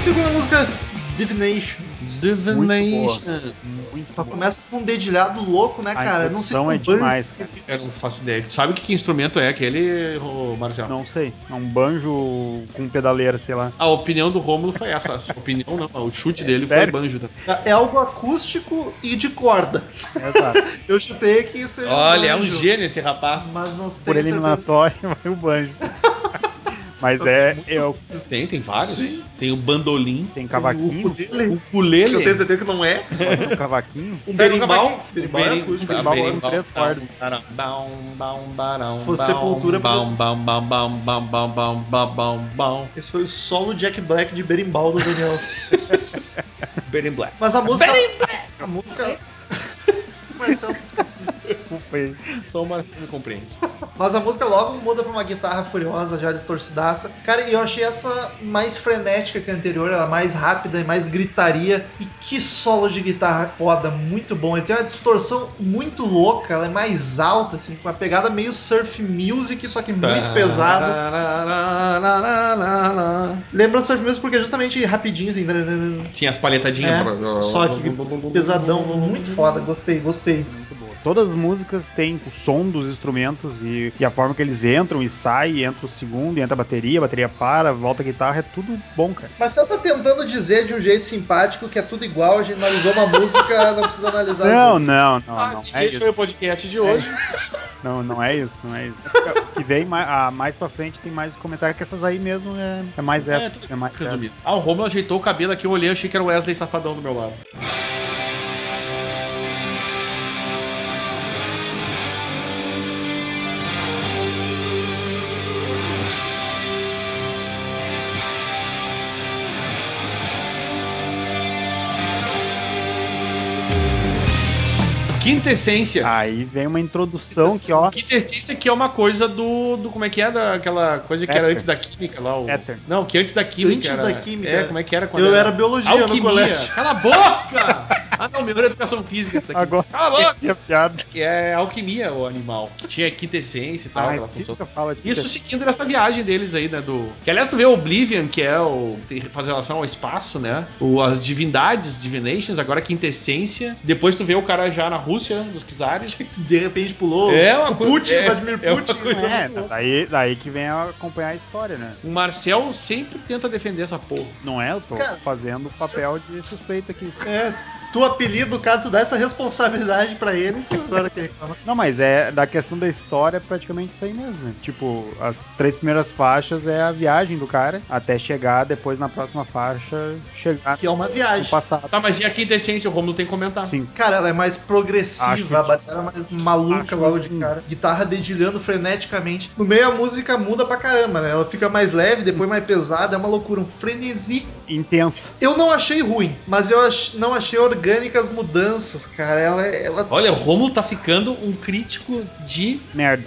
S1: Segunda música, Divination.
S3: Divination. Muito
S1: Só
S3: bom.
S1: começa com um dedilhado louco, né,
S3: A
S1: cara? Não sei se
S3: introdução é
S1: tem banjo,
S3: demais, cara.
S2: Eu não faço ideia. Tu sabe que, que instrumento é aquele, ô, Marcel?
S3: Não sei. É um banjo com pedaleira,
S1: <laughs>
S3: sei lá.
S2: A opinião do Rômulo foi essa. A sua opinião não. O chute dele foi
S3: sério?
S2: banjo né? também.
S1: É algo acústico e de corda.
S3: Exato.
S1: Eu chutei que isso é
S2: Olha, é um gênio esse rapaz.
S1: Mas não sei.
S3: Por eliminatória <laughs> vai o banjo.
S1: <laughs>
S3: Mas é. Eu,
S2: Tem, tem vários. Tem o bandolim.
S3: tem cavaquinho?
S1: ukulele.
S2: O ukulele.
S1: Eu tenho certeza que não é.
S3: Pode ser um cavaquinho?
S1: Um
S2: Pega o
S1: berimbau.
S2: cavaquinho. Um
S1: Berimbau é acústico.
S3: berimbau. com três cordas.
S1: Fosse sepultura,
S2: bam,
S1: fosse-
S2: bam, bam, bam, bam, bam, bam, bam, bam, bam.
S1: Esse foi o solo Jack Black de berimbau do Daniel.
S2: Better in Black.
S1: Mas a música. A <laughs> música. é um
S3: Desculpa aí.
S2: Só o Marcelo me compreende.
S1: Mas a música logo muda pra uma guitarra furiosa, já distorcidaça. Cara, e eu achei essa mais frenética que a anterior, ela mais rápida e mais gritaria. E que solo de guitarra foda, muito bom. Ele tem uma distorção muito louca, ela é mais alta, assim, com uma pegada meio surf music, só que
S2: Tá.
S1: muito pesada. Lembra surf music porque é justamente rapidinho, assim.
S2: Tinha as palhetadinhas.
S1: É, só que Pesadão, muito foda, gostei, gostei.
S3: Muito boa. Todas as músicas têm o som dos instrumentos e, e a forma que eles entram e saem, entra o segundo, e entra a bateria, a bateria para, volta a guitarra, é tudo bom, cara.
S1: Marcel tá tentando dizer de um jeito simpático que é tudo igual, a gente analisou uma música, não precisa analisar as
S3: Não,
S1: outras.
S3: não, não,
S2: Ah,
S3: não.
S2: gente,
S3: É
S2: esse
S3: isso.
S2: foi o podcast de hoje.
S3: Não, não é isso, não é isso. O que vem mais, ah, mais pra frente tem mais comentário, que essas aí mesmo é, é mais
S2: É,
S3: essa.
S2: tudo
S3: É, mais
S2: Resumido.
S3: essa.
S2: Ah, o Romulo ajeitou o cabelo aqui, eu olhei, achei que era o Wesley Safadão do meu lado. Quinta essência.
S3: Aí vem uma introdução que, ó.
S2: Quinta essência que é uma coisa do, do como é que é daquela coisa que era
S3: Éter.
S2: antes da química lá, o...
S3: Éter.
S2: Não, que antes da química
S1: Antes
S2: era-
S1: da química.
S2: É, como é que era
S1: Eu era biologia no
S2: Alquimia.
S1: colégio.
S2: Cala a boca! <laughs> ah, não, meu era educação física isso daqui.
S3: Agora-
S2: Cala a
S3: <laughs>
S2: boca!
S3: Que é piada.
S2: Que é alquimia o animal, que tinha quinta essência e tal,
S3: Ah,
S2: aquela
S3: mas
S2: função.
S3: física fala de
S2: Isso seguindo essa viagem deles aí, né? Do... Que aliás, tu vê o Oblivion, que é o. tem- faz relação ao espaço, né? O, as divindades, Divinations, agora quinta essência. Depois tu vê o cara já na Rússia, nos Kizares.
S1: <laughs> De repente pulou.
S2: É uma
S1: o
S2: coisa-
S1: Putin,
S2: é-
S1: Vladimir
S2: é uma
S1: Putin.
S2: coisa-
S1: né?
S3: É, daí, daí que vem a acompanhar a história, né?
S2: O Marcel sempre tenta defender essa porra.
S3: Não é? Eu tô
S1: Cara,
S3: fazendo o papel de suspeito aqui.
S1: É, tu apelido, cara, tu dá essa responsabilidade pra ele, que agora que ele reclama.
S3: Não, mas é da questão da história é praticamente isso aí mesmo, né? Tipo, as três primeiras faixas é a viagem do cara até chegar, depois na próxima faixa chegar
S1: Que é uma
S3: no
S1: viagem.
S3: passado.
S2: Tá, mas e a quinta essência, o Romulo tem que comentar.
S3: Sim.
S1: Cara, ela é mais
S3: Acho
S1: progressiva, a bateria é mais maluca
S3: acho
S1: logo de
S3: lindo.
S1: cara. Guitarra dedilhando freneticamente. No meio a música muda pra caramba, né? Ela fica mais leve, depois mais pesada, é uma loucura, um frenesi
S3: Intensa.
S1: Eu não achei ruim, mas eu ach- não achei orgânicas mudanças, cara. Ela, é, ela
S2: Olha, o Romulo tá ficando um crítico de.
S3: Merda.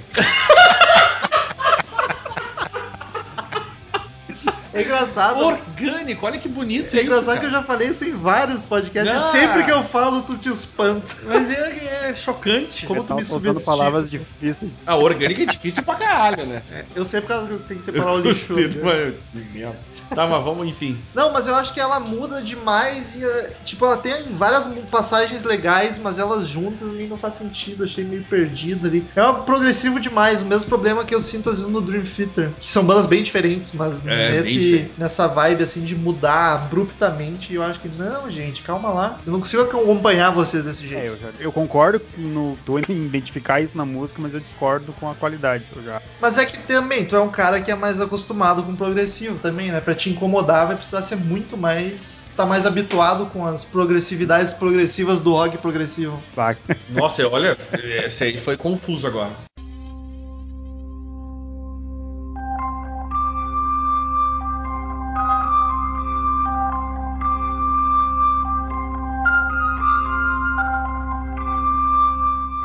S1: é engraçado.
S2: Orgânico, olha que bonito
S1: É
S2: isso.
S1: engraçado
S2: cara.
S1: que eu já falei isso em vários podcasts.
S2: Não.
S1: E sempre que eu falo, tu te espanta.
S2: Mas é, é chocante.
S1: Como
S3: Eu
S1: tu
S3: tava
S1: me
S3: usando
S1: subestima.
S3: palavras difíceis.
S2: Ah, orgânico é difícil pra caralho, né?
S1: Eu sei porque eu tenho que separar o lixo.
S2: Gostei,
S1: né?
S2: mas- Merda. Tá, mas vamos, enfim.
S1: Não, mas eu acho que ela muda demais e, eh, tipo, ela tem várias mu- passagens legais, mas elas juntas a mim não faz sentido, achei meio perdido ali. É um progressivo demais, o mesmo problema que eu sinto às vezes no Dream Theater, que são bandas bem diferentes, mas
S2: É, bem
S1: nesse,
S2: diferente.
S1: nessa vibe, assim, de mudar abruptamente, eu acho que, não, gente, calma lá, eu não consigo acompanhar vocês desse
S3: É,
S1: jeito.
S3: eu, já- eu concordo no, tô em identificar isso na música, mas eu discordo com a qualidade. Eu já
S1: Mas é que também, tu é um cara que é mais acostumado com progressivo também, né? Pra te incomodar vai precisar ser muito mais. tá mais habituado com as progressividades progressivas do rock progressivo.
S3: Bah,
S2: Nossa, olha, esse aí foi confuso agora.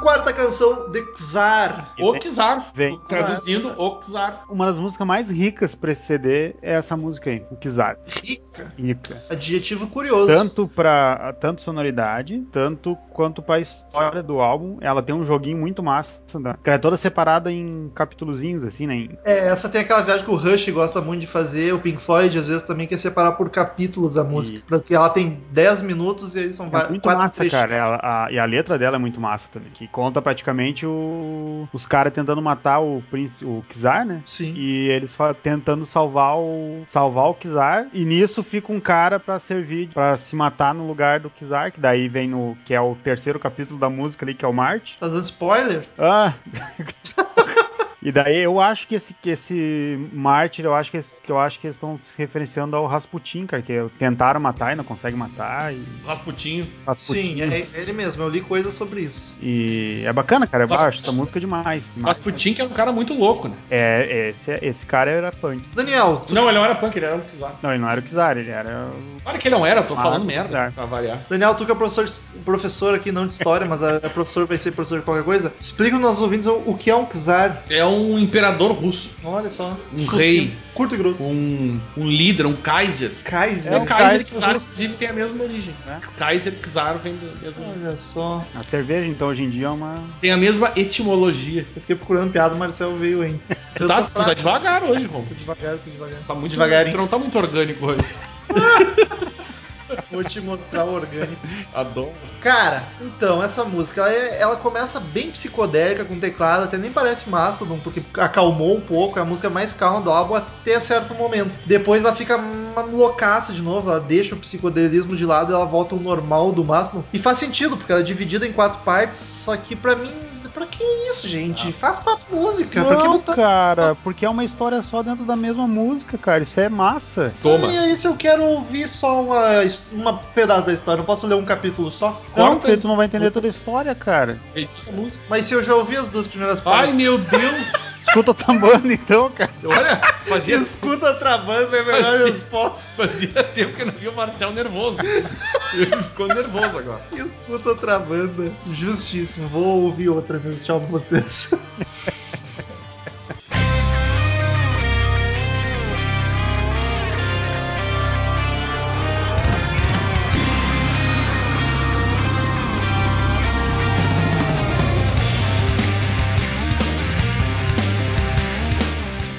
S1: Quarta canção, The Czar.
S2: O Kizar.
S3: Vem.
S2: Traduzindo, o Kizar.
S3: Uma das músicas mais ricas pra esse CD é essa música aí, o Kizar.
S1: Rica.
S3: Rica.
S1: Adjetivo curioso.
S3: tanto para tanto sonoridade, tanto quanto pra história do álbum. Ela tem um joguinho muito massa, né? que ela é toda separada em capítulozinhos assim, né? Em-
S1: É, essa tem aquela viagem que o Rush gosta muito de fazer, o Pink Floyd às vezes também quer separar por capítulos a música. Porque ela tem 10 minutos e aí são
S3: É
S1: va-
S3: muito
S1: quatro
S3: massa,
S1: trechos.
S3: cara. Ela- a- e a letra dela é muito massa também. Que conta praticamente o- os caras tentando matar o príncipe, o Kizar, né?
S1: Sim.
S3: E eles fa- tentando salvar o salvar o Kizar. E nisso fica um cara pra servir, pra se matar no lugar do Kizar. Que daí vem no que é o terceiro capítulo da música ali, que é o Marte.
S1: Tá dando spoiler?
S3: Ah! <laughs> E daí eu acho que esse, que esse mártir, eu acho que, esse- que eu acho que eles estão se referenciando ao Rasputin, cara, que é, tentaram matar e não conseguem matar. E
S2: Rasputinho.
S3: Rasputin.
S1: Sim, é, é ele mesmo. Eu li coisas sobre isso.
S3: E é bacana, cara. Eu
S2: Rasputin.
S3: acho essa música demais. Mas
S2: Rasputin que era um cara muito louco, né?
S3: é, esse, esse cara era punk.
S1: Daniel, tu-
S2: Não, ele não era punk, ele era um czar.
S3: Não, ele não era o Kizar, ele era. o-
S2: Claro que ele não era, eu tô
S3: Ah,
S2: falando merda,
S3: czar.
S2: pra variar.
S1: Daniel, tu que é professor, professor aqui, não de história, mas a, a professor vai ser professor de qualquer coisa. Explica nos nossos ouvintes o, o que é um czar.
S2: É um imperador russo,
S1: Olha só. Um
S2: rei.
S1: Curto e grosso.
S2: um, um líder, um Kaiser.
S1: Kaiser.
S3: É
S2: o
S3: um
S2: Kaiser É. e
S3: Kaiser
S2: Czar,
S3: russo.
S2: inclusive, tem a mesma origem.
S3: Né?
S2: Kaiser e Czar vem do mesmo.
S1: Olha só.
S3: A cerveja, então, hoje em dia é uma.
S2: Tem a mesma etimologia.
S1: Eu fiquei procurando piada, o Marcel veio, hein?
S2: Tu tá, tu tá devagar hoje, Rom.
S1: devagar, tô devagar.
S2: Tá muito
S1: Devagarinho.
S2: Tu não tá muito orgânico hoje.
S1: Vou te mostrar o orgânico.
S2: <laughs> Adoro.
S1: Cara, então, essa música, ela, é- ela começa bem psicodélica com teclado, até nem parece Mastodon, porque acalmou um pouco, é a música mais calma do álbum até certo momento. Depois ela fica uma loucaça de novo, ela deixa o psicodelismo de lado, ela volta ao normal do Mastodon. E faz sentido, porque ela é dividida em quatro partes, só que pra mim, pra que isso, gente? Faz quatro músicas, pra que
S3: Não,
S1: botar...
S3: cara,
S1: Nossa.
S3: porque é uma história só dentro da mesma música, cara. Isso é massa.
S2: Toma.
S1: Ah, Isso eu quero ouvir só uma, uma pedaço da história, não posso ler um capítulo só.
S3: Não,
S2: Corta
S3: porque
S2: aí.
S3: tu não vai entender toda a história, cara.
S2: Edita a música.
S1: Mas se eu já ouvi as duas primeiras partes.
S2: Ai, meu Deus!
S3: Escuta o <laughs> tambando, então, cara.
S2: Olha, fazia,
S1: Escuta travando é a melhor
S2: Mas-
S1: resposta.
S2: fazia tempo que eu não vi o Marcel nervoso. Ele ficou nervoso agora.
S1: Escuta travando. Justíssimo. Vou ouvir outra vez. Tchau pra vocês.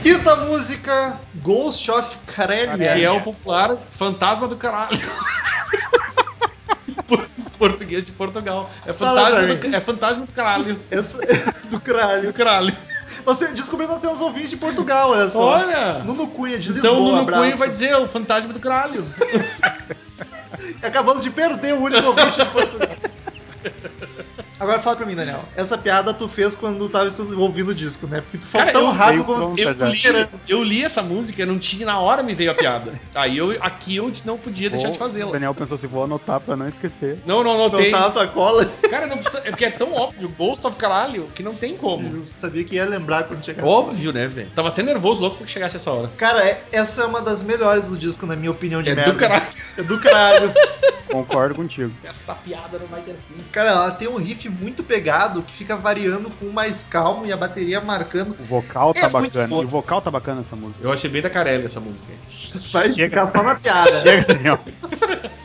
S1: Quinta música, Ghost of Karelia.
S2: Que é o popular fantasma do <laughs> caralho. Em Português de Portugal. É
S1: Fala
S2: fantasma,
S1: pra
S2: do, é fantasma do caralho.
S1: Essa- é do cralho.
S2: Do caralho.
S1: Nós te- descobrimos que nós temos ouvintes de Portugal, olha só.
S2: Olha!
S1: Nuno Cunha, de
S2: Então
S1: Lisboa,
S2: o Nuno
S1: abraço.
S2: Cunha vai dizer o fantasma do caralho.
S1: Acabamos de perder o único ouvinte de Portugal. <laughs> Agora fala pra mim, Daniel. Essa piada tu fez quando tu tava estu- ouvindo o disco, né? Porque tu falou
S2: Cara,
S1: tão
S2: eu-
S1: rápido
S3: eu-
S1: como...
S2: Eu
S3: Exato.
S2: li,
S1: assim.
S2: eu li essa música, eu não tinha, na hora me veio a piada. Aí eu, aqui eu não <laughs> podia deixar de
S3: O
S2: fazê-la.
S3: Daniel pensou assim, vou anotar pra não esquecer.
S2: Não, não, não
S1: Não
S2: tem.
S1: tá na tua cola.
S2: Cara, não precisa. É porque é tão óbvio, Ghost of Caralho, que não tem como.
S1: Eu sabia que ia lembrar quando chegasse.
S2: Óbvio, né, velho? Tava até nervoso, louco pra que chegasse essa hora.
S1: Cara, é- essa é uma das melhores do disco, na minha opinião de
S2: É
S1: merda.
S2: do caralho. <laughs>
S1: É do caralho.
S3: Concordo contigo.
S2: Esta piada não vai ter fim.
S1: Cara, ela tem um riff muito pegado que fica variando com um mais calmo e a bateria marcando.
S3: O vocal tá
S1: É muito
S3: bacana.
S1: boa.
S3: E o vocal tá bacana essa música. <laughs>
S2: Eu achei bem da Carelli essa música.
S1: Vai
S3: Chega.
S1: ficar só na piada.
S3: Chega, Daniel.
S2: <laughs>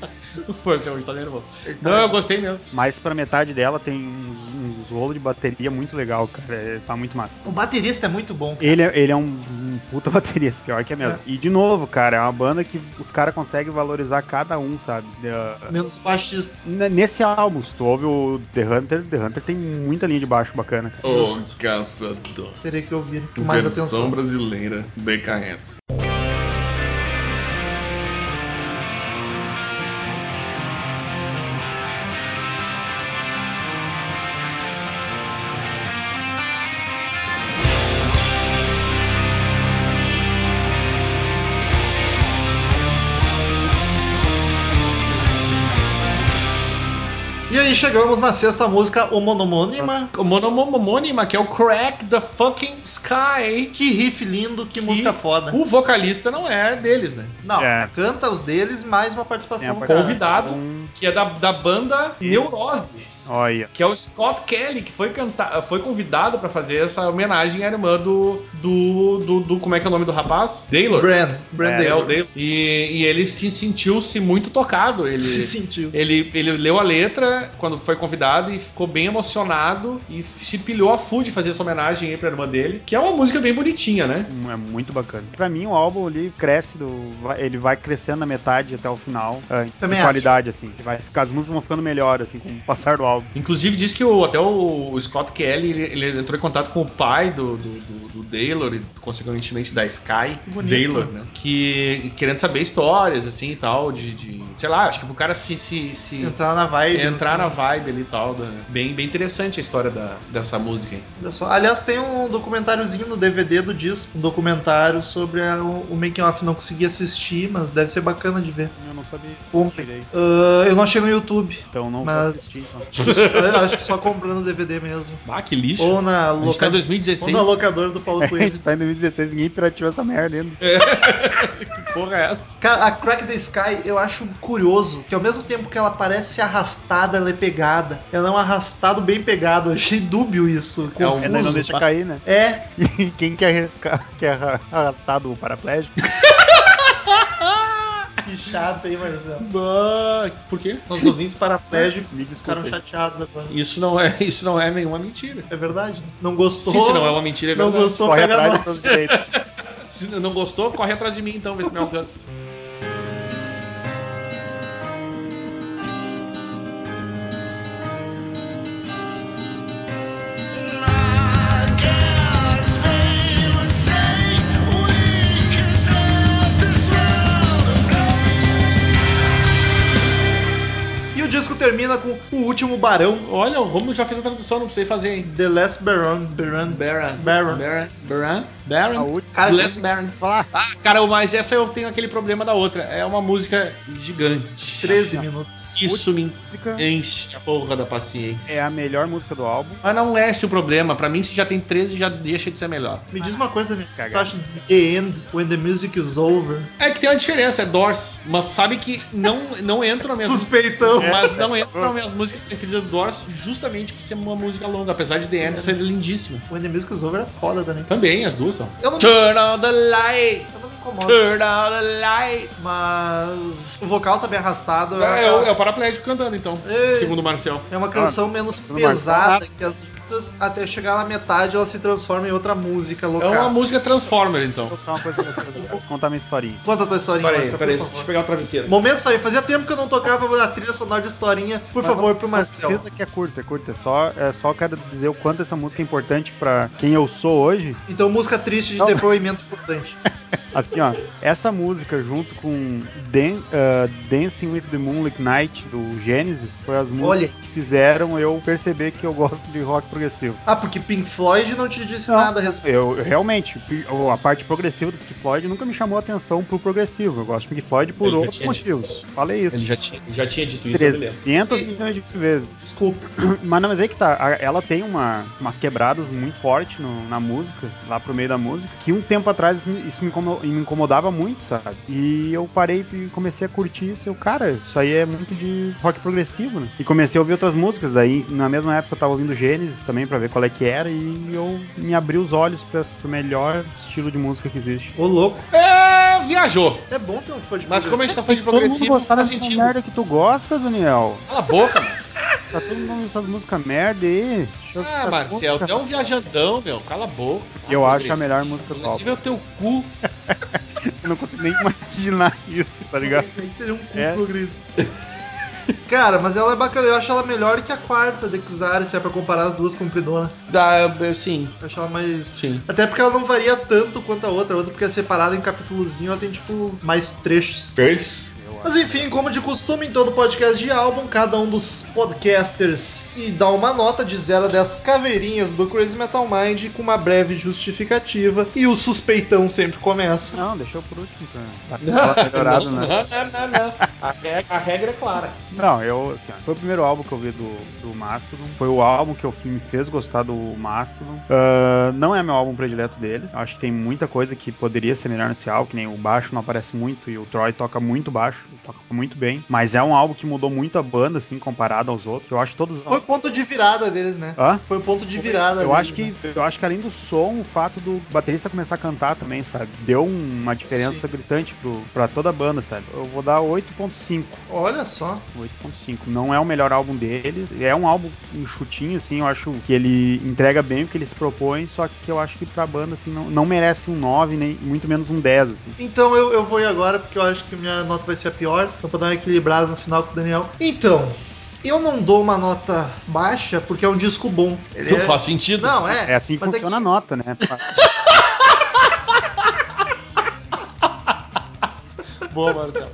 S2: Pô, você hoje tá nervoso. Não, eu gostei mesmo.
S3: Mas pra metade dela tem uns, uns rolos de bateria muito legal, cara. É, tá muito massa.
S1: O baterista é muito bom.
S3: Ele, é- ele é um, um puta <laughs> baterista, que é o que é mesmo. E de novo, cara, é uma banda que os caras conseguem valorizar cada um, sabe? Da-
S1: Menos baixista.
S3: n- Nesse álbum, se tu ouve o The Hunter, The Hunter tem muita linha de baixo bacana, cara.
S2: caçador.
S1: Terei que ouvir com mais atenção.
S2: brasileira, BKS.
S1: E aí chegamos na sexta música, o Monomônima.
S2: O monomônima, que é o Crack the Fucking Sky.
S1: Que riff lindo, que, música foda.
S2: O vocalista não é deles, né?
S1: Não,
S3: É.
S1: canta os deles, mais uma participação
S3: Tem
S1: do
S3: a
S1: cara.
S2: Convidado. Dado.
S3: Um-
S2: Que é da, da banda Neuroses.
S3: Olha.
S2: Que é o Scott Kelly, que foi, cantar, foi convidado pra fazer essa homenagem à irmã do, do, do, do- Como é que é o nome do rapaz? Daylor.
S1: Brand, Brand
S2: É, o
S1: Daylor.
S2: Daylor. E, e ele se sentiu-se muito tocado. Ele,
S1: <laughs> se sentiu.
S2: Ele, ele leu a letra quando foi convidado e ficou bem emocionado e se pilhou a full de fazer essa homenagem aí pra irmã dele, que é uma música bem bonitinha, né?
S3: É muito bacana. Pra mim, o álbum ele cresce, do, vai- ele vai crescendo na metade até o final. é, em
S1: Também
S3: qualidade, assim. Vai ficar, as músicas vão ficando melhor, assim, com o passar do álbum.
S2: Inclusive diz que o, até o, o Scott Kelly ele, ele entrou em contato com o pai do, do, do, do Daylor e consequentemente da Sky,
S1: bonito.
S2: Daylor, né? Que querendo saber histórias assim e tal de, de sei lá, acho que pro cara se, se, se
S1: Entrar na vibe.
S2: entrar na vibe né? ali e tal. da- Bem, bem interessante a história da, dessa música, hein?
S1: Olha só. Aliás, tem um documentáriozinho no DVD do disco, um documentário sobre a- o, o making off. Não consegui assistir, mas deve ser bacana de ver.
S3: Eu não sabia se
S1: Ontem.
S3: tirei,
S1: Ah, eu não achei no YouTube,
S3: então não
S1: mas
S3: vou assistir.
S1: <laughs>
S3: Então.
S1: eu acho que só comprando DVD mesmo.
S2: Ah, que lixo.
S1: Ou na,
S2: a gente tá
S1: loca...
S2: em 2016.
S1: ou na locadora do
S2: <laughs>
S1: Paulo
S3: <laughs> A
S1: Coelho.
S3: gente tá em 2016, ninguém pirateou essa merda ainda.
S2: Que porra é essa?
S1: Cara, a Crack the Sky eu acho curioso, que ao mesmo tempo que ela parece arrastada, ela é pegada. Ela é um arrastado bem pegado. Eu achei dúbio isso.
S2: É um-
S1: confuso.
S3: É, daí não deixa
S2: <laughs>
S3: cair, né?
S1: É,
S3: E quem quer arriscar, quer arra- arrastar do paraplégico?
S1: <laughs> que chato, hein, Marcelo?
S2: Bah, Por quê?
S1: Nossos ouvintes paraplégicos
S2: É.
S3: Me desculpa.
S1: ficaram chateados agora.
S2: Isso não é, <laughs> isso não é nenhuma mentira.
S1: É verdade? Não gostou?
S2: Sim, se não é uma mentira, é
S1: Não
S2: verdade.
S1: gostou,
S3: Corre
S1: pega
S3: atrás dos
S1: nós.
S3: seus direitos.
S2: Se não gostou, corre atrás de mim então, vê se me alcança.
S1: E o disco termina com O Último Barão,
S2: Olha, o Romulo já fez a tradução, não precisei fazer, hein?
S1: The Last Baron. Baron.
S2: Baron.
S1: Baron.
S2: Baron. Baron. Baron.
S3: A última-
S2: Cara, Last Baron.
S3: Falar.
S2: Ah, cara, mas essa eu tenho aquele problema da outra. É uma música gigante.
S1: 13 minutos.
S2: Isso me
S3: Música
S2: enche a porra da paciência.
S3: é a melhor música do álbum.
S2: Mas não é esse o problema. Pra mim, se já tem 13, já deixa de ser melhor.
S1: Me diz uma coisa, Daniel.
S3: Cagado.
S1: tu acha The End, When the Music is Over?
S2: É que tem uma diferença, é Doors. Mas tu sabe que não, não entra mesmo. É.
S1: Suspeitão.
S3: É.
S2: Mas não entra nas minhas músicas preferidas do Doors justamente por ser uma música longa, apesar de The End ser lindíssima.
S1: When the Music is Over é foda, Daniel.
S2: Também, as duas são.
S1: Eu não,
S2: Turn on the light,
S1: eu não me incomodo.
S2: turn on the light.
S1: Mas o vocal tá bem arrastado.
S2: É, é
S1: uma-
S2: o, é o paraplégico cantando, então,
S1: Ei.
S2: segundo o Marcel.
S1: é uma canção menos
S3: Ah, não marcou
S1: pesada que as outras. Até chegar na metade, ela se transforma em outra música
S2: É
S1: louca.
S2: uma música Transformer, então.
S3: Vou contar uma coisa pra vocês. Vou contar minha historinha.
S1: Conta a tua historinha,
S2: Peraí,
S1: Marcelo,
S2: peraí,
S1: por
S2: deixa eu
S1: favor.
S2: pegar o travesseiro.
S1: Momento só aí, fazia tempo que eu não tocava a trilha sonora de historinha. Por favor, pro
S3: Marcelo.
S1: Marcel.
S3: Certeza que é curta, é curta. Só, é, só quero dizer o quanto essa música é importante pra quem eu sou hoje.
S1: Então, música triste de
S3: Não.
S1: depoimento importante.
S3: Assim, ó, essa música junto com Dan- ah, Dancing with the Moonlit Night do Genesis foi as músicas
S1: Olha.
S3: que fizeram eu perceber que eu gosto de rock progressivo.
S1: Ah, porque Pink Floyd não te disse
S3: Não.
S1: nada a respeito.
S3: Eu eu realmente, pi- a parte progressiva do Pink Floyd nunca me chamou a atenção pro progressivo. Eu gosto de Pink Floyd por
S2: Ele já
S3: outros
S2: tinha dito
S3: motivos. Falei isso.
S2: Ele já tinha, ele já tinha dito isso, eu me lembro.
S3: 300 milhões de vezes.
S1: Desculpa.
S3: Mas não, mas aí que tá. a- Ela tem uma, umas quebradas muito forte no- na música, lá pro meio da música, que um tempo atrás me- isso me, incomo- me incomodava muito, sabe? E eu parei e comecei a curtir isso. Eu, cara, isso aí é muito de rock progressivo, né? E comecei a ouvir outras músicas. Daí, na mesma época, eu tava ouvindo Gênesis também pra ver qual é que era. E eu me abri os olhos pra esse melhor estilo de música que existe.
S1: Ô, louco.
S2: É, viajou.
S1: É bom ter um fã de
S2: Mas como a
S1: progressivo.
S2: gente só foi de
S3: Todo mundo
S2: progressivo,
S3: gostar
S2: faz
S3: dessa
S2: sentido.
S3: merda que tu gosta, Daniel.
S2: Cala a boca, mano.
S3: Tá todo mundo essas músicas merda aí. Deixa eu-
S2: Ah,
S3: tá
S2: Marcel,
S3: música-
S2: tu é um viajandão, meu. Cala a boca.
S3: Eu
S2: Ah,
S3: acho a
S2: progressivo.
S3: melhor música do álbum.
S2: Progressivo é o teu cu.
S3: Eu não consigo nem imaginar isso, tá ligado?
S1: Aí Seria um cu
S3: É.
S1: progressivo. Cara, mas ela é bacana. Eu acho ela melhor que a quarta de Kizari, se é pra comparar as duas compridona.
S2: Da, eu- sim,
S1: Eu acho ela mais...
S2: sim.
S1: Até porque ela não varia tanto quanto a outra. A outra, porque é separada em capítulozinho, ela tem, tipo, mais trechos. Mas enfim, como de costume em todo podcast de álbum, cada um dos podcasters e dá uma nota de 0 a 10 caveirinhas do Crazy Metal Mind com uma breve justificativa e o suspeitão sempre começa.
S3: Não, deixou por último, cara.
S2: Não,
S3: Tá melhorado, né?
S2: não, não, não. A regra, a regra é clara.
S3: Não, eu, assim, ó, foi o primeiro álbum que eu vi do, do Mastodon. Foi o álbum que eu, me fez gostar do Mastodon. Ah, não é meu álbum predileto deles. Acho que tem muita coisa que poderia ser melhor nesse álbum, que nem o baixo não aparece muito e o Troy toca muito baixo, toca muito bem. Mas é um álbum que mudou muito a banda, assim, comparado aos outros. Eu acho todos.
S1: Foi o ponto de virada deles, né?
S3: Hã?
S1: Foi o ponto de virada.
S3: Eu
S1: deles,
S3: acho,
S1: né?
S3: que, eu acho que além do som, o fato do baterista começar a cantar também, sabe? Deu uma diferença gritante pro, pra toda a banda, sabe? Eu vou dar 8.5.
S1: Olha só.
S3: 8.5. Não é o melhor álbum deles. É um álbum enxutinho, assim. Eu acho que ele entrega bem o que ele se propõe. Só que eu acho que pra banda, assim, não, não merece um 9, nem muito menos um 10, assim.
S1: Então eu, eu vou ir agora, porque eu acho que minha nota vai ser a pior. Então, pra dar uma equilibrada no final com o Daniel. Então, eu não dou uma nota baixa, porque é um disco bom. Ele
S2: Não
S1: é-
S2: faz sentido.
S1: Não, é.
S3: É assim que
S1: mas
S3: funciona a
S1: que-
S3: nota, né?
S2: Boa, Marcelo.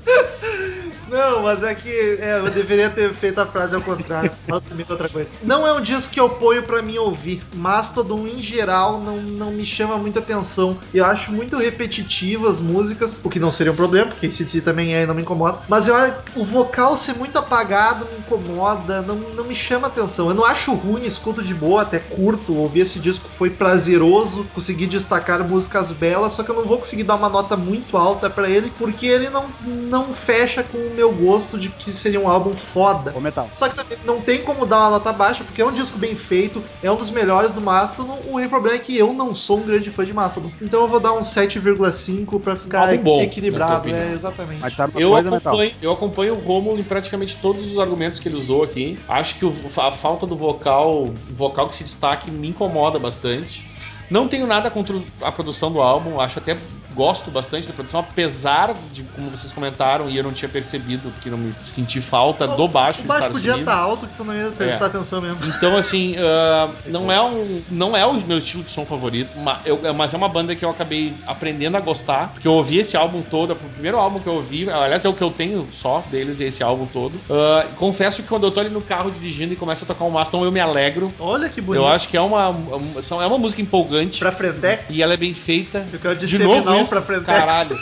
S1: Não, mas é que é, eu deveria ter feito a frase ao <laughs> contrário. Mas também outra coisa. Não é um disco que eu ponho pra mim ouvir. Mastodon, em geral, não, não me chama muita atenção. Eu acho muito repetitivo as músicas, o que não seria um problema, porque ACDC também é e não me incomoda. Mas eu, o vocal ser muito apagado me incomoda, não, não me chama atenção. Eu não acho ruim, escuto de boa, até curto. Ouvir esse disco foi prazeroso, consegui destacar músicas belas, só que eu não vou conseguir dar uma nota muito alta pra ele, porque ele não, não fecha com o meu gosto de que seria um álbum foda.
S3: Ô, Metal.
S1: Só que também não tem como dar uma nota baixa, porque é um disco bem feito, é um dos melhores do Mastodon. O único problema é que eu não sou um grande fã de Mastodon. Então eu vou dar um 7,5 pra ficar
S2: Algo bom, na
S1: equilibrado.
S2: tua opinião.
S1: É, exatamente.
S3: Mas sabe uma
S2: Eu
S3: coisa, né, Metal?
S2: acompanho, eu acompanho o Romulo em praticamente todos os argumentos que ele usou aqui. Acho que o- a falta do vocal, vocal que se destaque, me incomoda bastante. Não tenho nada contra a produção do álbum, acho até gosto bastante da produção, apesar de, como vocês comentaram, e eu não tinha percebido, porque não me senti falta do baixo
S1: o baixo podia
S2: estar
S1: tá,
S2: sumido.
S1: estar alto que tu não
S2: É.
S1: ia prestar atenção mesmo.
S2: Então, assim, ah, não, é um, não é o meu estilo de som favorito, ma- eu- mas é uma banda que eu acabei aprendendo a gostar, porque eu ouvi esse álbum todo, é o primeiro álbum que eu ouvi, aliás, é o que eu tenho só deles, esse álbum todo. Ah, confesso que quando eu tô ali no carro dirigindo e começa a tocar o Maston, eu me alegro.
S1: Olha que bonito.
S2: Eu acho que é uma, um- são- é uma música empolgante
S1: Pra Fredex.
S2: e ela é bem feita.
S1: Eu quero
S2: De
S1: disseminar
S2: novo
S1: um
S2: isso,
S1: pra Fredex.
S2: caralho.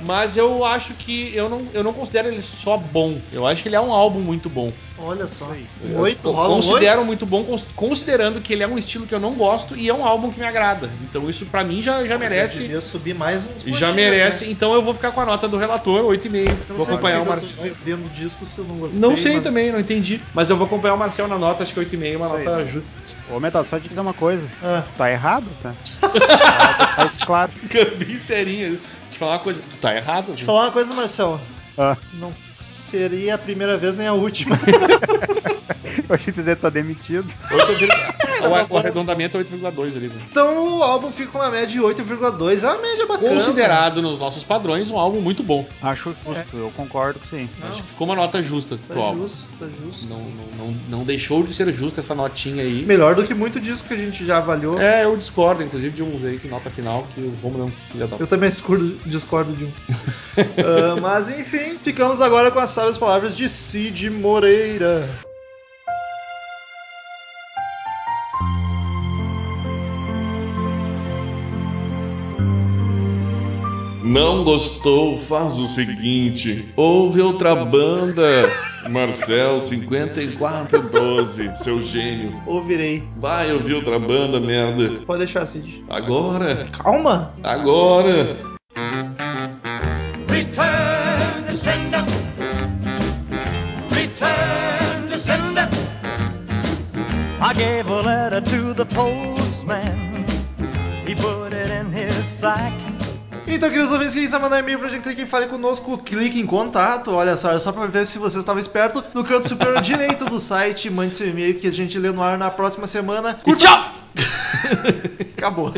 S2: Mas eu acho que eu não, eu não considero ele só bom. Eu acho que ele é um álbum muito bom.
S1: Olha só.
S2: Eu
S1: Oito,
S2: con-
S1: rola um
S2: considero Então, muito bom, cons- considerando que ele é um estilo que eu não gosto e é um álbum que me agrada. Então isso pra mim já, já
S1: oito. Eu
S2: merece.
S1: devia subir mais uns
S2: Já
S1: pontinhos,
S2: merece.
S1: é né?
S2: Então eu vou ficar com a nota do relator, 8,5.
S1: Eu não
S2: Vou
S1: sei
S2: acompanhar o
S1: porque que
S2: Marcel.
S1: Eu tô vendendo disco se eu não gostei.
S2: Não sei
S1: mas-
S2: também, não entendi. Mas eu vou acompanhar o Marcel na nota, acho que 8,5 é uma
S3: Isso aí.
S1: né?
S2: nota justa.
S3: Ô, Metal, só te dizer uma coisa.
S1: Ah,
S3: Tá errado, tá? Tá, tá isso claro.
S2: Bem serinho. Te falar uma coisa, tu tá errado.
S1: deixa
S2: gente.
S1: eu falar uma coisa, Marcelo.
S3: Ah,
S1: Não seria a primeira vez nem a última. <laughs>
S3: eu achei que você tá demitido.
S2: O, o arredondamento é 8,2 ali. né?
S1: Então o álbum fica com uma média de 8,2. É uma média bacana.
S2: Considerado nos nossos padrões um álbum muito bom.
S3: Acho justo, eu concordo com você.
S1: Não,
S2: Acho que ficou uma nota justa pro
S1: tá
S2: álbum.
S1: justo, tá justo.
S2: Não, não, não, não deixou de ser justa essa notinha aí.
S1: Melhor do que muito disco que a gente já avaliou.
S2: É, eu discordo, inclusive, de uns aí que nota final, que o Romulo é um filho da
S1: Eu também discordo, discordo de uns. <laughs> Ah, mas enfim, ficamos agora com as sábias palavras de Cid Moreira.
S6: Não gostou? Faz o seguinte: ouve outra banda. Marcel 5412, seu gênio.
S1: Ouvirei.
S6: Vai ouvir outra banda, merda.
S1: Pode deixar, Cid.
S6: Agora,
S1: Calma!
S6: agora.
S4: Return to sender. Return to sender. I gave a letter to the postman. He put it in his sack.
S1: Então, queridos ouvintes, quem quiser mandar e-mail pra gente, quem fale conosco, clique em contato. Olha só, é só pra ver se você estava esperto. No canto
S2: <laughs>
S1: superior direito do site, mande seu e-mail que a gente lê no ar na próxima semana.
S2: E tchau!
S1: <laughs> Acabou.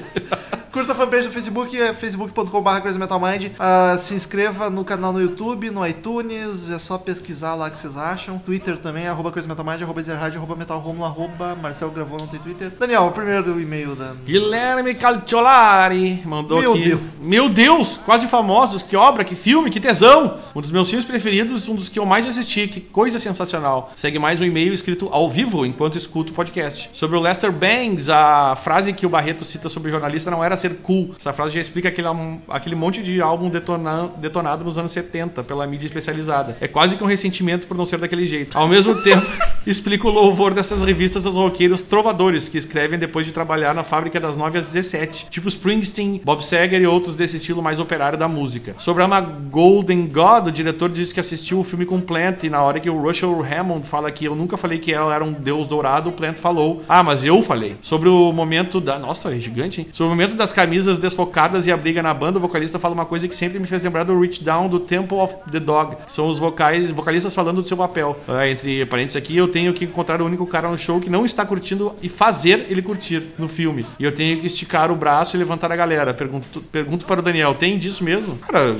S1: Curta a fanpage do Facebook, é facebook.com.br crazymetalmind. Ah, se inscreva no canal no YouTube, no iTunes, é só pesquisar lá o que vocês acham. Twitter também, arroba crazymetalmind, arroba zerhard, arroba metalromulo, arroba Marcel Gravou, não tem Twitter. Daniel, o primeiro e-mail da...
S2: Guilherme Calciolari mandou
S1: Meu
S2: aqui.
S1: Deus.
S2: Meu Deus! Quase famosos, que obra, que filme, que tesão! Um dos meus filmes preferidos, um dos que eu mais assisti, que coisa sensacional. Segue mais um e-mail escrito ao vivo enquanto escuto o podcast. Sobre o Lester Bangs, a frase que o Barreto cita sobre o jornalista não era ser cool. Essa frase já explica aquele, am- aquele monte de álbum detona- detonado nos anos 70 pela mídia especializada. É quase que um ressentimento por não ser daquele jeito. Ao mesmo tempo, explica o louvor dessas revistas aos roqueiros trovadores que escrevem depois de trabalhar na fábrica das 9 às 17, tipo Springsteen, Bob Seger e outros desse estilo mais operário da música. Sobre a Ma Golden God, o diretor disse que assistiu o filme com Plant e na hora que o Russell Hammond fala que eu nunca falei que ela era um deus dourado, o Plant falou: "Ah, mas eu falei". Sobre o momento da, nossa, é gigante, hein? Sobre o momento das camisas desfocadas e a briga na banda, o vocalista fala uma coisa que sempre me fez lembrar do Reach Down do Temple of the Dog. São os vocais, vocalistas falando do seu papel. Ah, entre parênteses aqui, eu tenho que encontrar o único cara no show que não está curtindo e fazer ele curtir no filme. E eu tenho que esticar o braço e levantar a galera. Pergunto, pergunto para o Daniel, tem disso mesmo? Cara,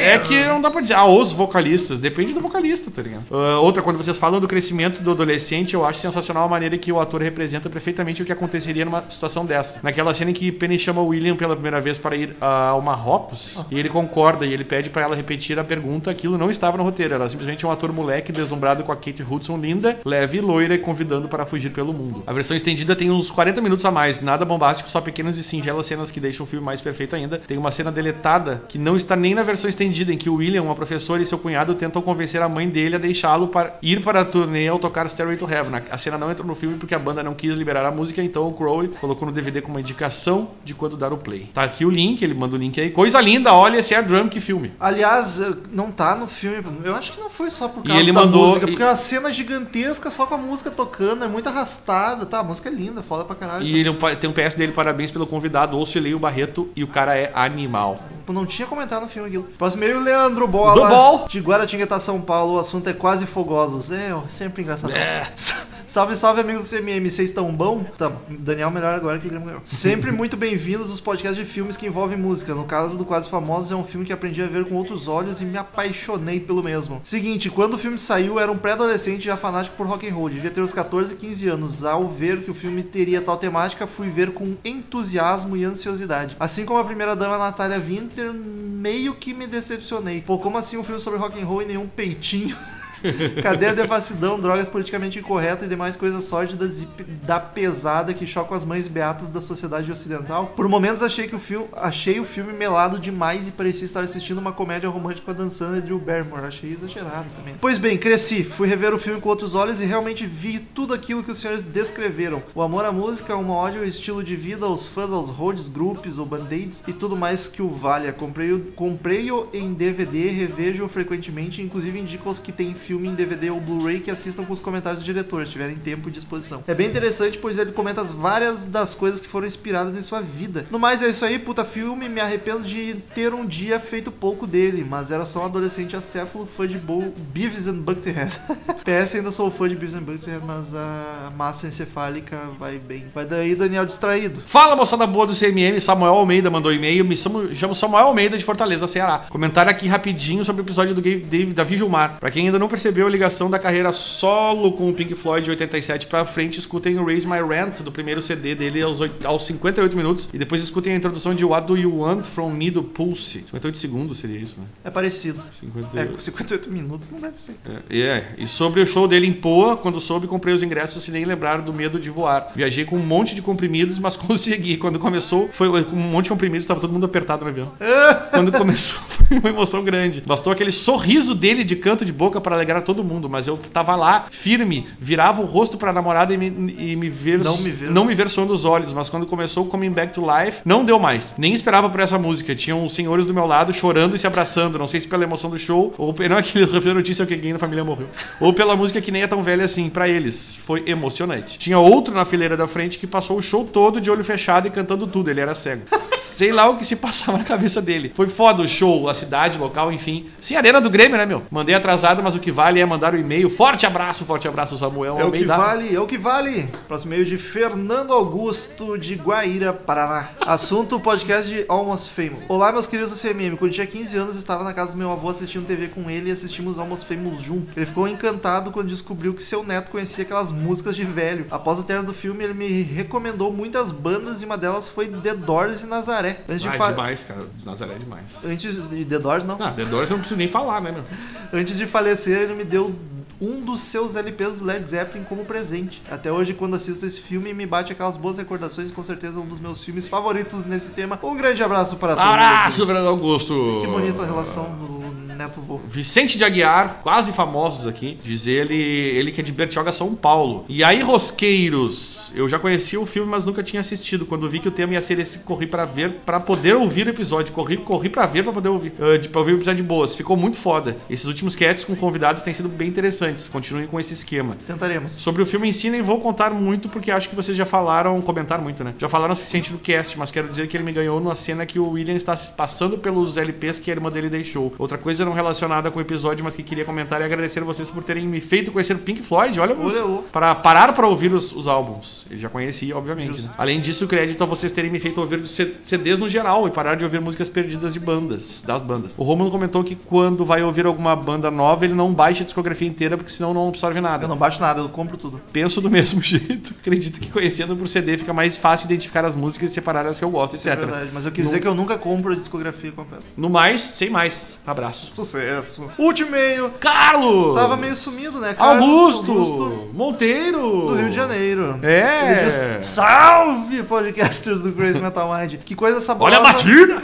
S2: é que não dá pra dizer. Ah, os vocalistas. Depende do vocalista, tá ligado? Ah, outra, quando vocês falam do crescimento do adolescente, eu acho sensacional a maneira que o ator representa perfeitamente o que aconteceria numa situação dessa. Naquela cena em que Penny chama William pela primeira vez para ir ao Marrocos, e ele concorda e ele pede para ela repetir a pergunta, aquilo não estava no roteiro. Era simplesmente um ator moleque deslumbrado com a Kate Hudson linda, leve e loira e convidando para fugir pelo mundo. A versão estendida tem uns 40 minutos a mais, nada bombástico, só pequenas e singelas cenas que deixam o filme mais perfeito ainda. Tem uma cena deletada que não está nem na versão estendida, em que o William, uma professora e seu cunhado tentam convencer a mãe dele a deixá-lo para ir para a turnê ao tocar Stairway to Heaven. A cena não entrou no filme porque a banda não quis liberar a música, então o Crowley colocou no DVD como uma indicação de quando dar o play. Tá aqui o link, ele manda o link aí. Coisa linda, olha esse Air Drum, que filme.
S1: Aliás, eh, não tá no filme. Eu acho que não foi só por
S2: E
S1: causa
S2: ele
S1: da
S2: mandou-
S1: música,
S2: e-
S1: porque é uma cena gigantesca só com a música tocando, é muito arrastada, tá? A música é linda, foda pra caralho.
S2: E ele é um pa- tem um PS dele, parabéns pelo convidado, ouço e leio o Barreto e o cara é animal.
S1: Tipo, Não tinha comentado no filme aquilo. Próximo e-mail, Leandro Bola.
S2: Do Bol.
S1: De Guaratinguetá, São Paulo. O assunto é quase fogosos. É, ó, sempre engraçado. Salve, salve, amigos do CMM. Vocês estão bom? Tamo. Daniel, melhor agora que o Guilherme ganhou. Sempre muito bem-vindos os podcasts de filmes que envolvem música. No caso do Quase Famosos, é um filme que aprendi a ver com outros olhos e me apaixonei pelo mesmo. Seguinte, quando o filme saiu, era um pré-adolescente já fanático por rock and roll. Devia ter uns 14, 15 anos. Ao ver que o filme teria tal temática, fui ver com entusiasmo e ansiosidade. Assim como a primeira dama Natália Winter, meio que me decepcionei. Pô, como assim um filme sobre rock and roll e nenhum peitinho? Cadê a devassidão, drogas politicamente incorretas e demais coisas sórdidas e pe- da pesada que chocam as mães beatas da sociedade ocidental? Por momentos achei que o filme, achei o filme melado demais e parecia estar assistindo uma comédia romântica dançando entre o Barrymore. Achei exagerado também. Pois bem, cresci, fui rever o filme com outros olhos e realmente vi tudo aquilo que os senhores descreveram. O amor à música, uma ódio ao estilo de vida, aos fãs, aos roads, grupos ou band-aids e tudo mais que o valha. Comprei-o comprei -o em DVD, revejo frequentemente, inclusive indico aos que têm filme em DVD ou Blu-ray que assistam com os comentários do diretor, se tiverem tempo e disposição. É bem interessante, pois ele comenta as várias das coisas que foram inspiradas em sua vida. No mais, é isso aí, puta filme, me arrependo de ter um dia feito pouco dele, mas era só um adolescente acéfalo, fã de Bo Beavis and Buckethead. <laughs> PS, ainda sou fã de Beavis and Buckethead, mas a massa encefálica vai bem. Vai daí, Daniel distraído.
S2: Fala moçada boa do CMM, Samuel Almeida mandou e-mail, me chamo, chamo Samuel Almeida de Fortaleza, Ceará. Comentário aqui rapidinho sobre o episódio do Gabe- Dave- Davi Gilmar. Pra quem ainda não percebeu a ligação da carreira solo com o Pink Floyd de 87 pra frente, escutem o Raise My Rant do primeiro CD dele aos, oit- aos 58 minutos e depois escutem a introdução de What Do You Want From Me do Pulse. 58 segundos seria isso, né?
S1: É parecido. É,
S2: 58.
S1: com 58 minutos não deve ser.
S2: É, é. E sobre o show dele em Poa, quando soube, comprei os ingressos e nem lembrar do medo de voar. Viajei com um monte de comprimidos, mas <laughs> consegui. Quando começou, foi com um monte de comprimidos, estava todo mundo apertado
S1: <laughs>
S2: no avião. Quando começou, <laughs> foi uma emoção grande. Bastou aquele sorriso dele de canto de boca para alegrar todo mundo, mas eu tava lá, firme, virava o rosto pra namorada e me, e me ver
S1: Não me ver.
S2: não me ver suando os olhos, mas quando começou o Coming Back to Life, não deu mais. Nem esperava por essa música. Tinham os senhores do meu lado chorando e se abraçando. Não sei se pela emoção do show, ou <laughs> pe- não aquele pela notícia que alguém da família morreu. Ou pela música que nem é tão velha assim pra eles. Foi emocionante. Tinha outro na fileira da frente que passou o show todo de olho fechado e cantando tudo. Ele
S1: <laughs>
S2: era cego. Sei lá o que se passava na cabeça dele. Foi foda o show, a cidade, o local, enfim. Sim, arena do Grêmio, né, meu? Mandei atrasado, mas o que vale é mandar o e-mail. Forte abraço, forte abraço, Samuel.
S1: É o que
S2: Almeida.
S1: vale, é o que vale. Próximo e-mail de Fernando Augusto de Guaíra, Paraná. Assunto podcast de Almost Famous. Olá, meus queridos do CMM. Quando eu tinha 15 anos, estava na casa do meu avô assistindo TV com ele e assistimos Almost Famous junto. Ele ficou encantado quando descobriu que seu neto conhecia aquelas músicas de velho. Após o término do filme, ele me recomendou muitas bandas e uma delas foi The Doors e Nazaré. Antes de,
S2: Ah,
S1: fa-
S2: demais, cara. Nazaré é demais.
S1: Antes de The Doors, não.
S2: Ah, The Doors eu não preciso nem falar, né, meu?
S1: Antes de falecer, ele me deu um dos seus LPs do Led Zeppelin como presente. Até hoje, quando assisto esse filme, me bate aquelas boas recordações, com certeza um dos meus filmes favoritos nesse tema. Um grande abraço para todos.
S2: Abraço, Fernando Augusto!
S1: Que né? bonita a relação do Neto Vô.
S2: Vicente de Aguiar, quase famosos aqui, diz ele, ele que é de Bertioga, São Paulo. E aí, Rosqueiros, eu já conhecia o filme, mas nunca tinha assistido. Quando vi que o tema ia ser esse corri pra ver, pra poder ouvir o episódio. Corri, corri pra ver, pra poder ouvir. ah, de, pra ouvir o episódio de boas. Ficou muito foda. Esses últimos casts com convidados têm sido bem interessantes. Continuem com esse esquema.
S1: Tentaremos.
S2: Sobre o filme em si, nem vou contar muito, porque acho que vocês já falaram, comentaram muito, né? Já falaram o suficiente do cast, mas quero dizer que ele me ganhou numa cena que o William está se passando pelos LPs que a irmã dele deixou. Outra coisa, não relacionada com o episódio, mas que queria comentar e agradecer a vocês por terem me feito conhecer o Pink Floyd. Olha,
S1: Olha,
S2: você,
S1: louco.
S2: para parar para ouvir os, os álbuns. Ele já conhecia, obviamente. né? Além disso, crédito a vocês terem me feito ouvir C- CDs no geral e parar de ouvir músicas perdidas de bandas, das bandas. O Romulo comentou que quando vai ouvir alguma banda nova, ele não baixa a discografia inteira porque senão não absorve nada
S1: Eu não baixo nada, eu compro tudo.
S2: penso do <laughs> mesmo jeito. Acredito que conhecendo por CD fica mais fácil identificar as músicas e separar as que eu gosto,
S1: É
S2: etc.
S1: verdade. Mas eu quis dizer que eu nunca compro a discografia completa.
S2: no mais, sem mais. Abraço.
S1: Sucesso. Último e-mail.
S2: Carlos!
S1: Tava meio sumido, né? Carlos
S2: Augusto,
S1: Augusto
S2: Monteiro!
S1: do Rio de Janeiro. Ele
S2: É!
S1: diz, salve podcasters do Crazy Metal Mind. Que coisa saborosa.
S2: Olha a batida!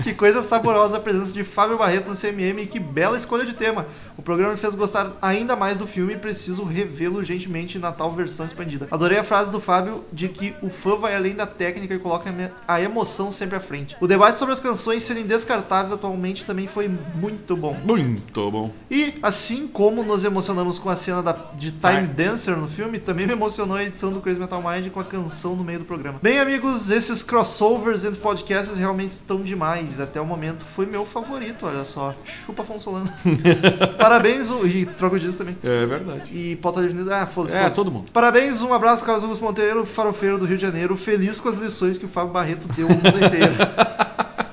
S1: Que coisa saborosa a presença de Fábio Barreto no CMM e que bela escolha de tema. O programa me fez gostar ainda mais do filme e preciso revê-lo gentilmente na tal versão expandida. Adorei a frase do Fábio de que o fã vai além da técnica e coloca a emoção sempre à frente. O debate sobre as canções serem descartáveis atualmente também foi muito bom.
S6: Muito bom.
S1: E assim como nos emocionamos com a cena da- de Time Dancer no filme, também me emocionou a edição do Crazy Metal Mind com a canção no meio do programa. Bem, amigos, esses crossovers entre podcasts realmente estão demais. Até o momento foi meu favorito, olha só. Chupa
S2: <laughs>
S1: Fonsolano. Parabéns, o- e troco disso também.
S2: É verdade.
S1: E pauta de Veneza. Ah, foda-se.
S2: É,
S1: foda-se.
S2: todo mundo.
S1: Parabéns, um abraço, Carlos Augusto Monteiro, farofeiro do Rio de Janeiro. Feliz com as lições que o Fábio Barreto deu o mundo
S2: <laughs>
S1: inteiro.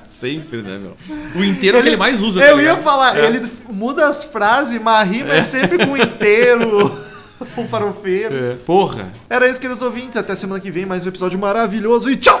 S2: Sempre, né, meu? O inteiro é o que ele mais usa. tá
S1: Eu ia
S2: ligado?
S1: falar,
S2: É.
S1: ele muda as frases, mas a rima é, sempre com inteiro,
S2: <laughs>
S1: <laughs> com farofeiro.
S2: É. Porra.
S1: Era isso, queridos ouvintes. Até semana que vem, mais um episódio maravilhoso e tchau!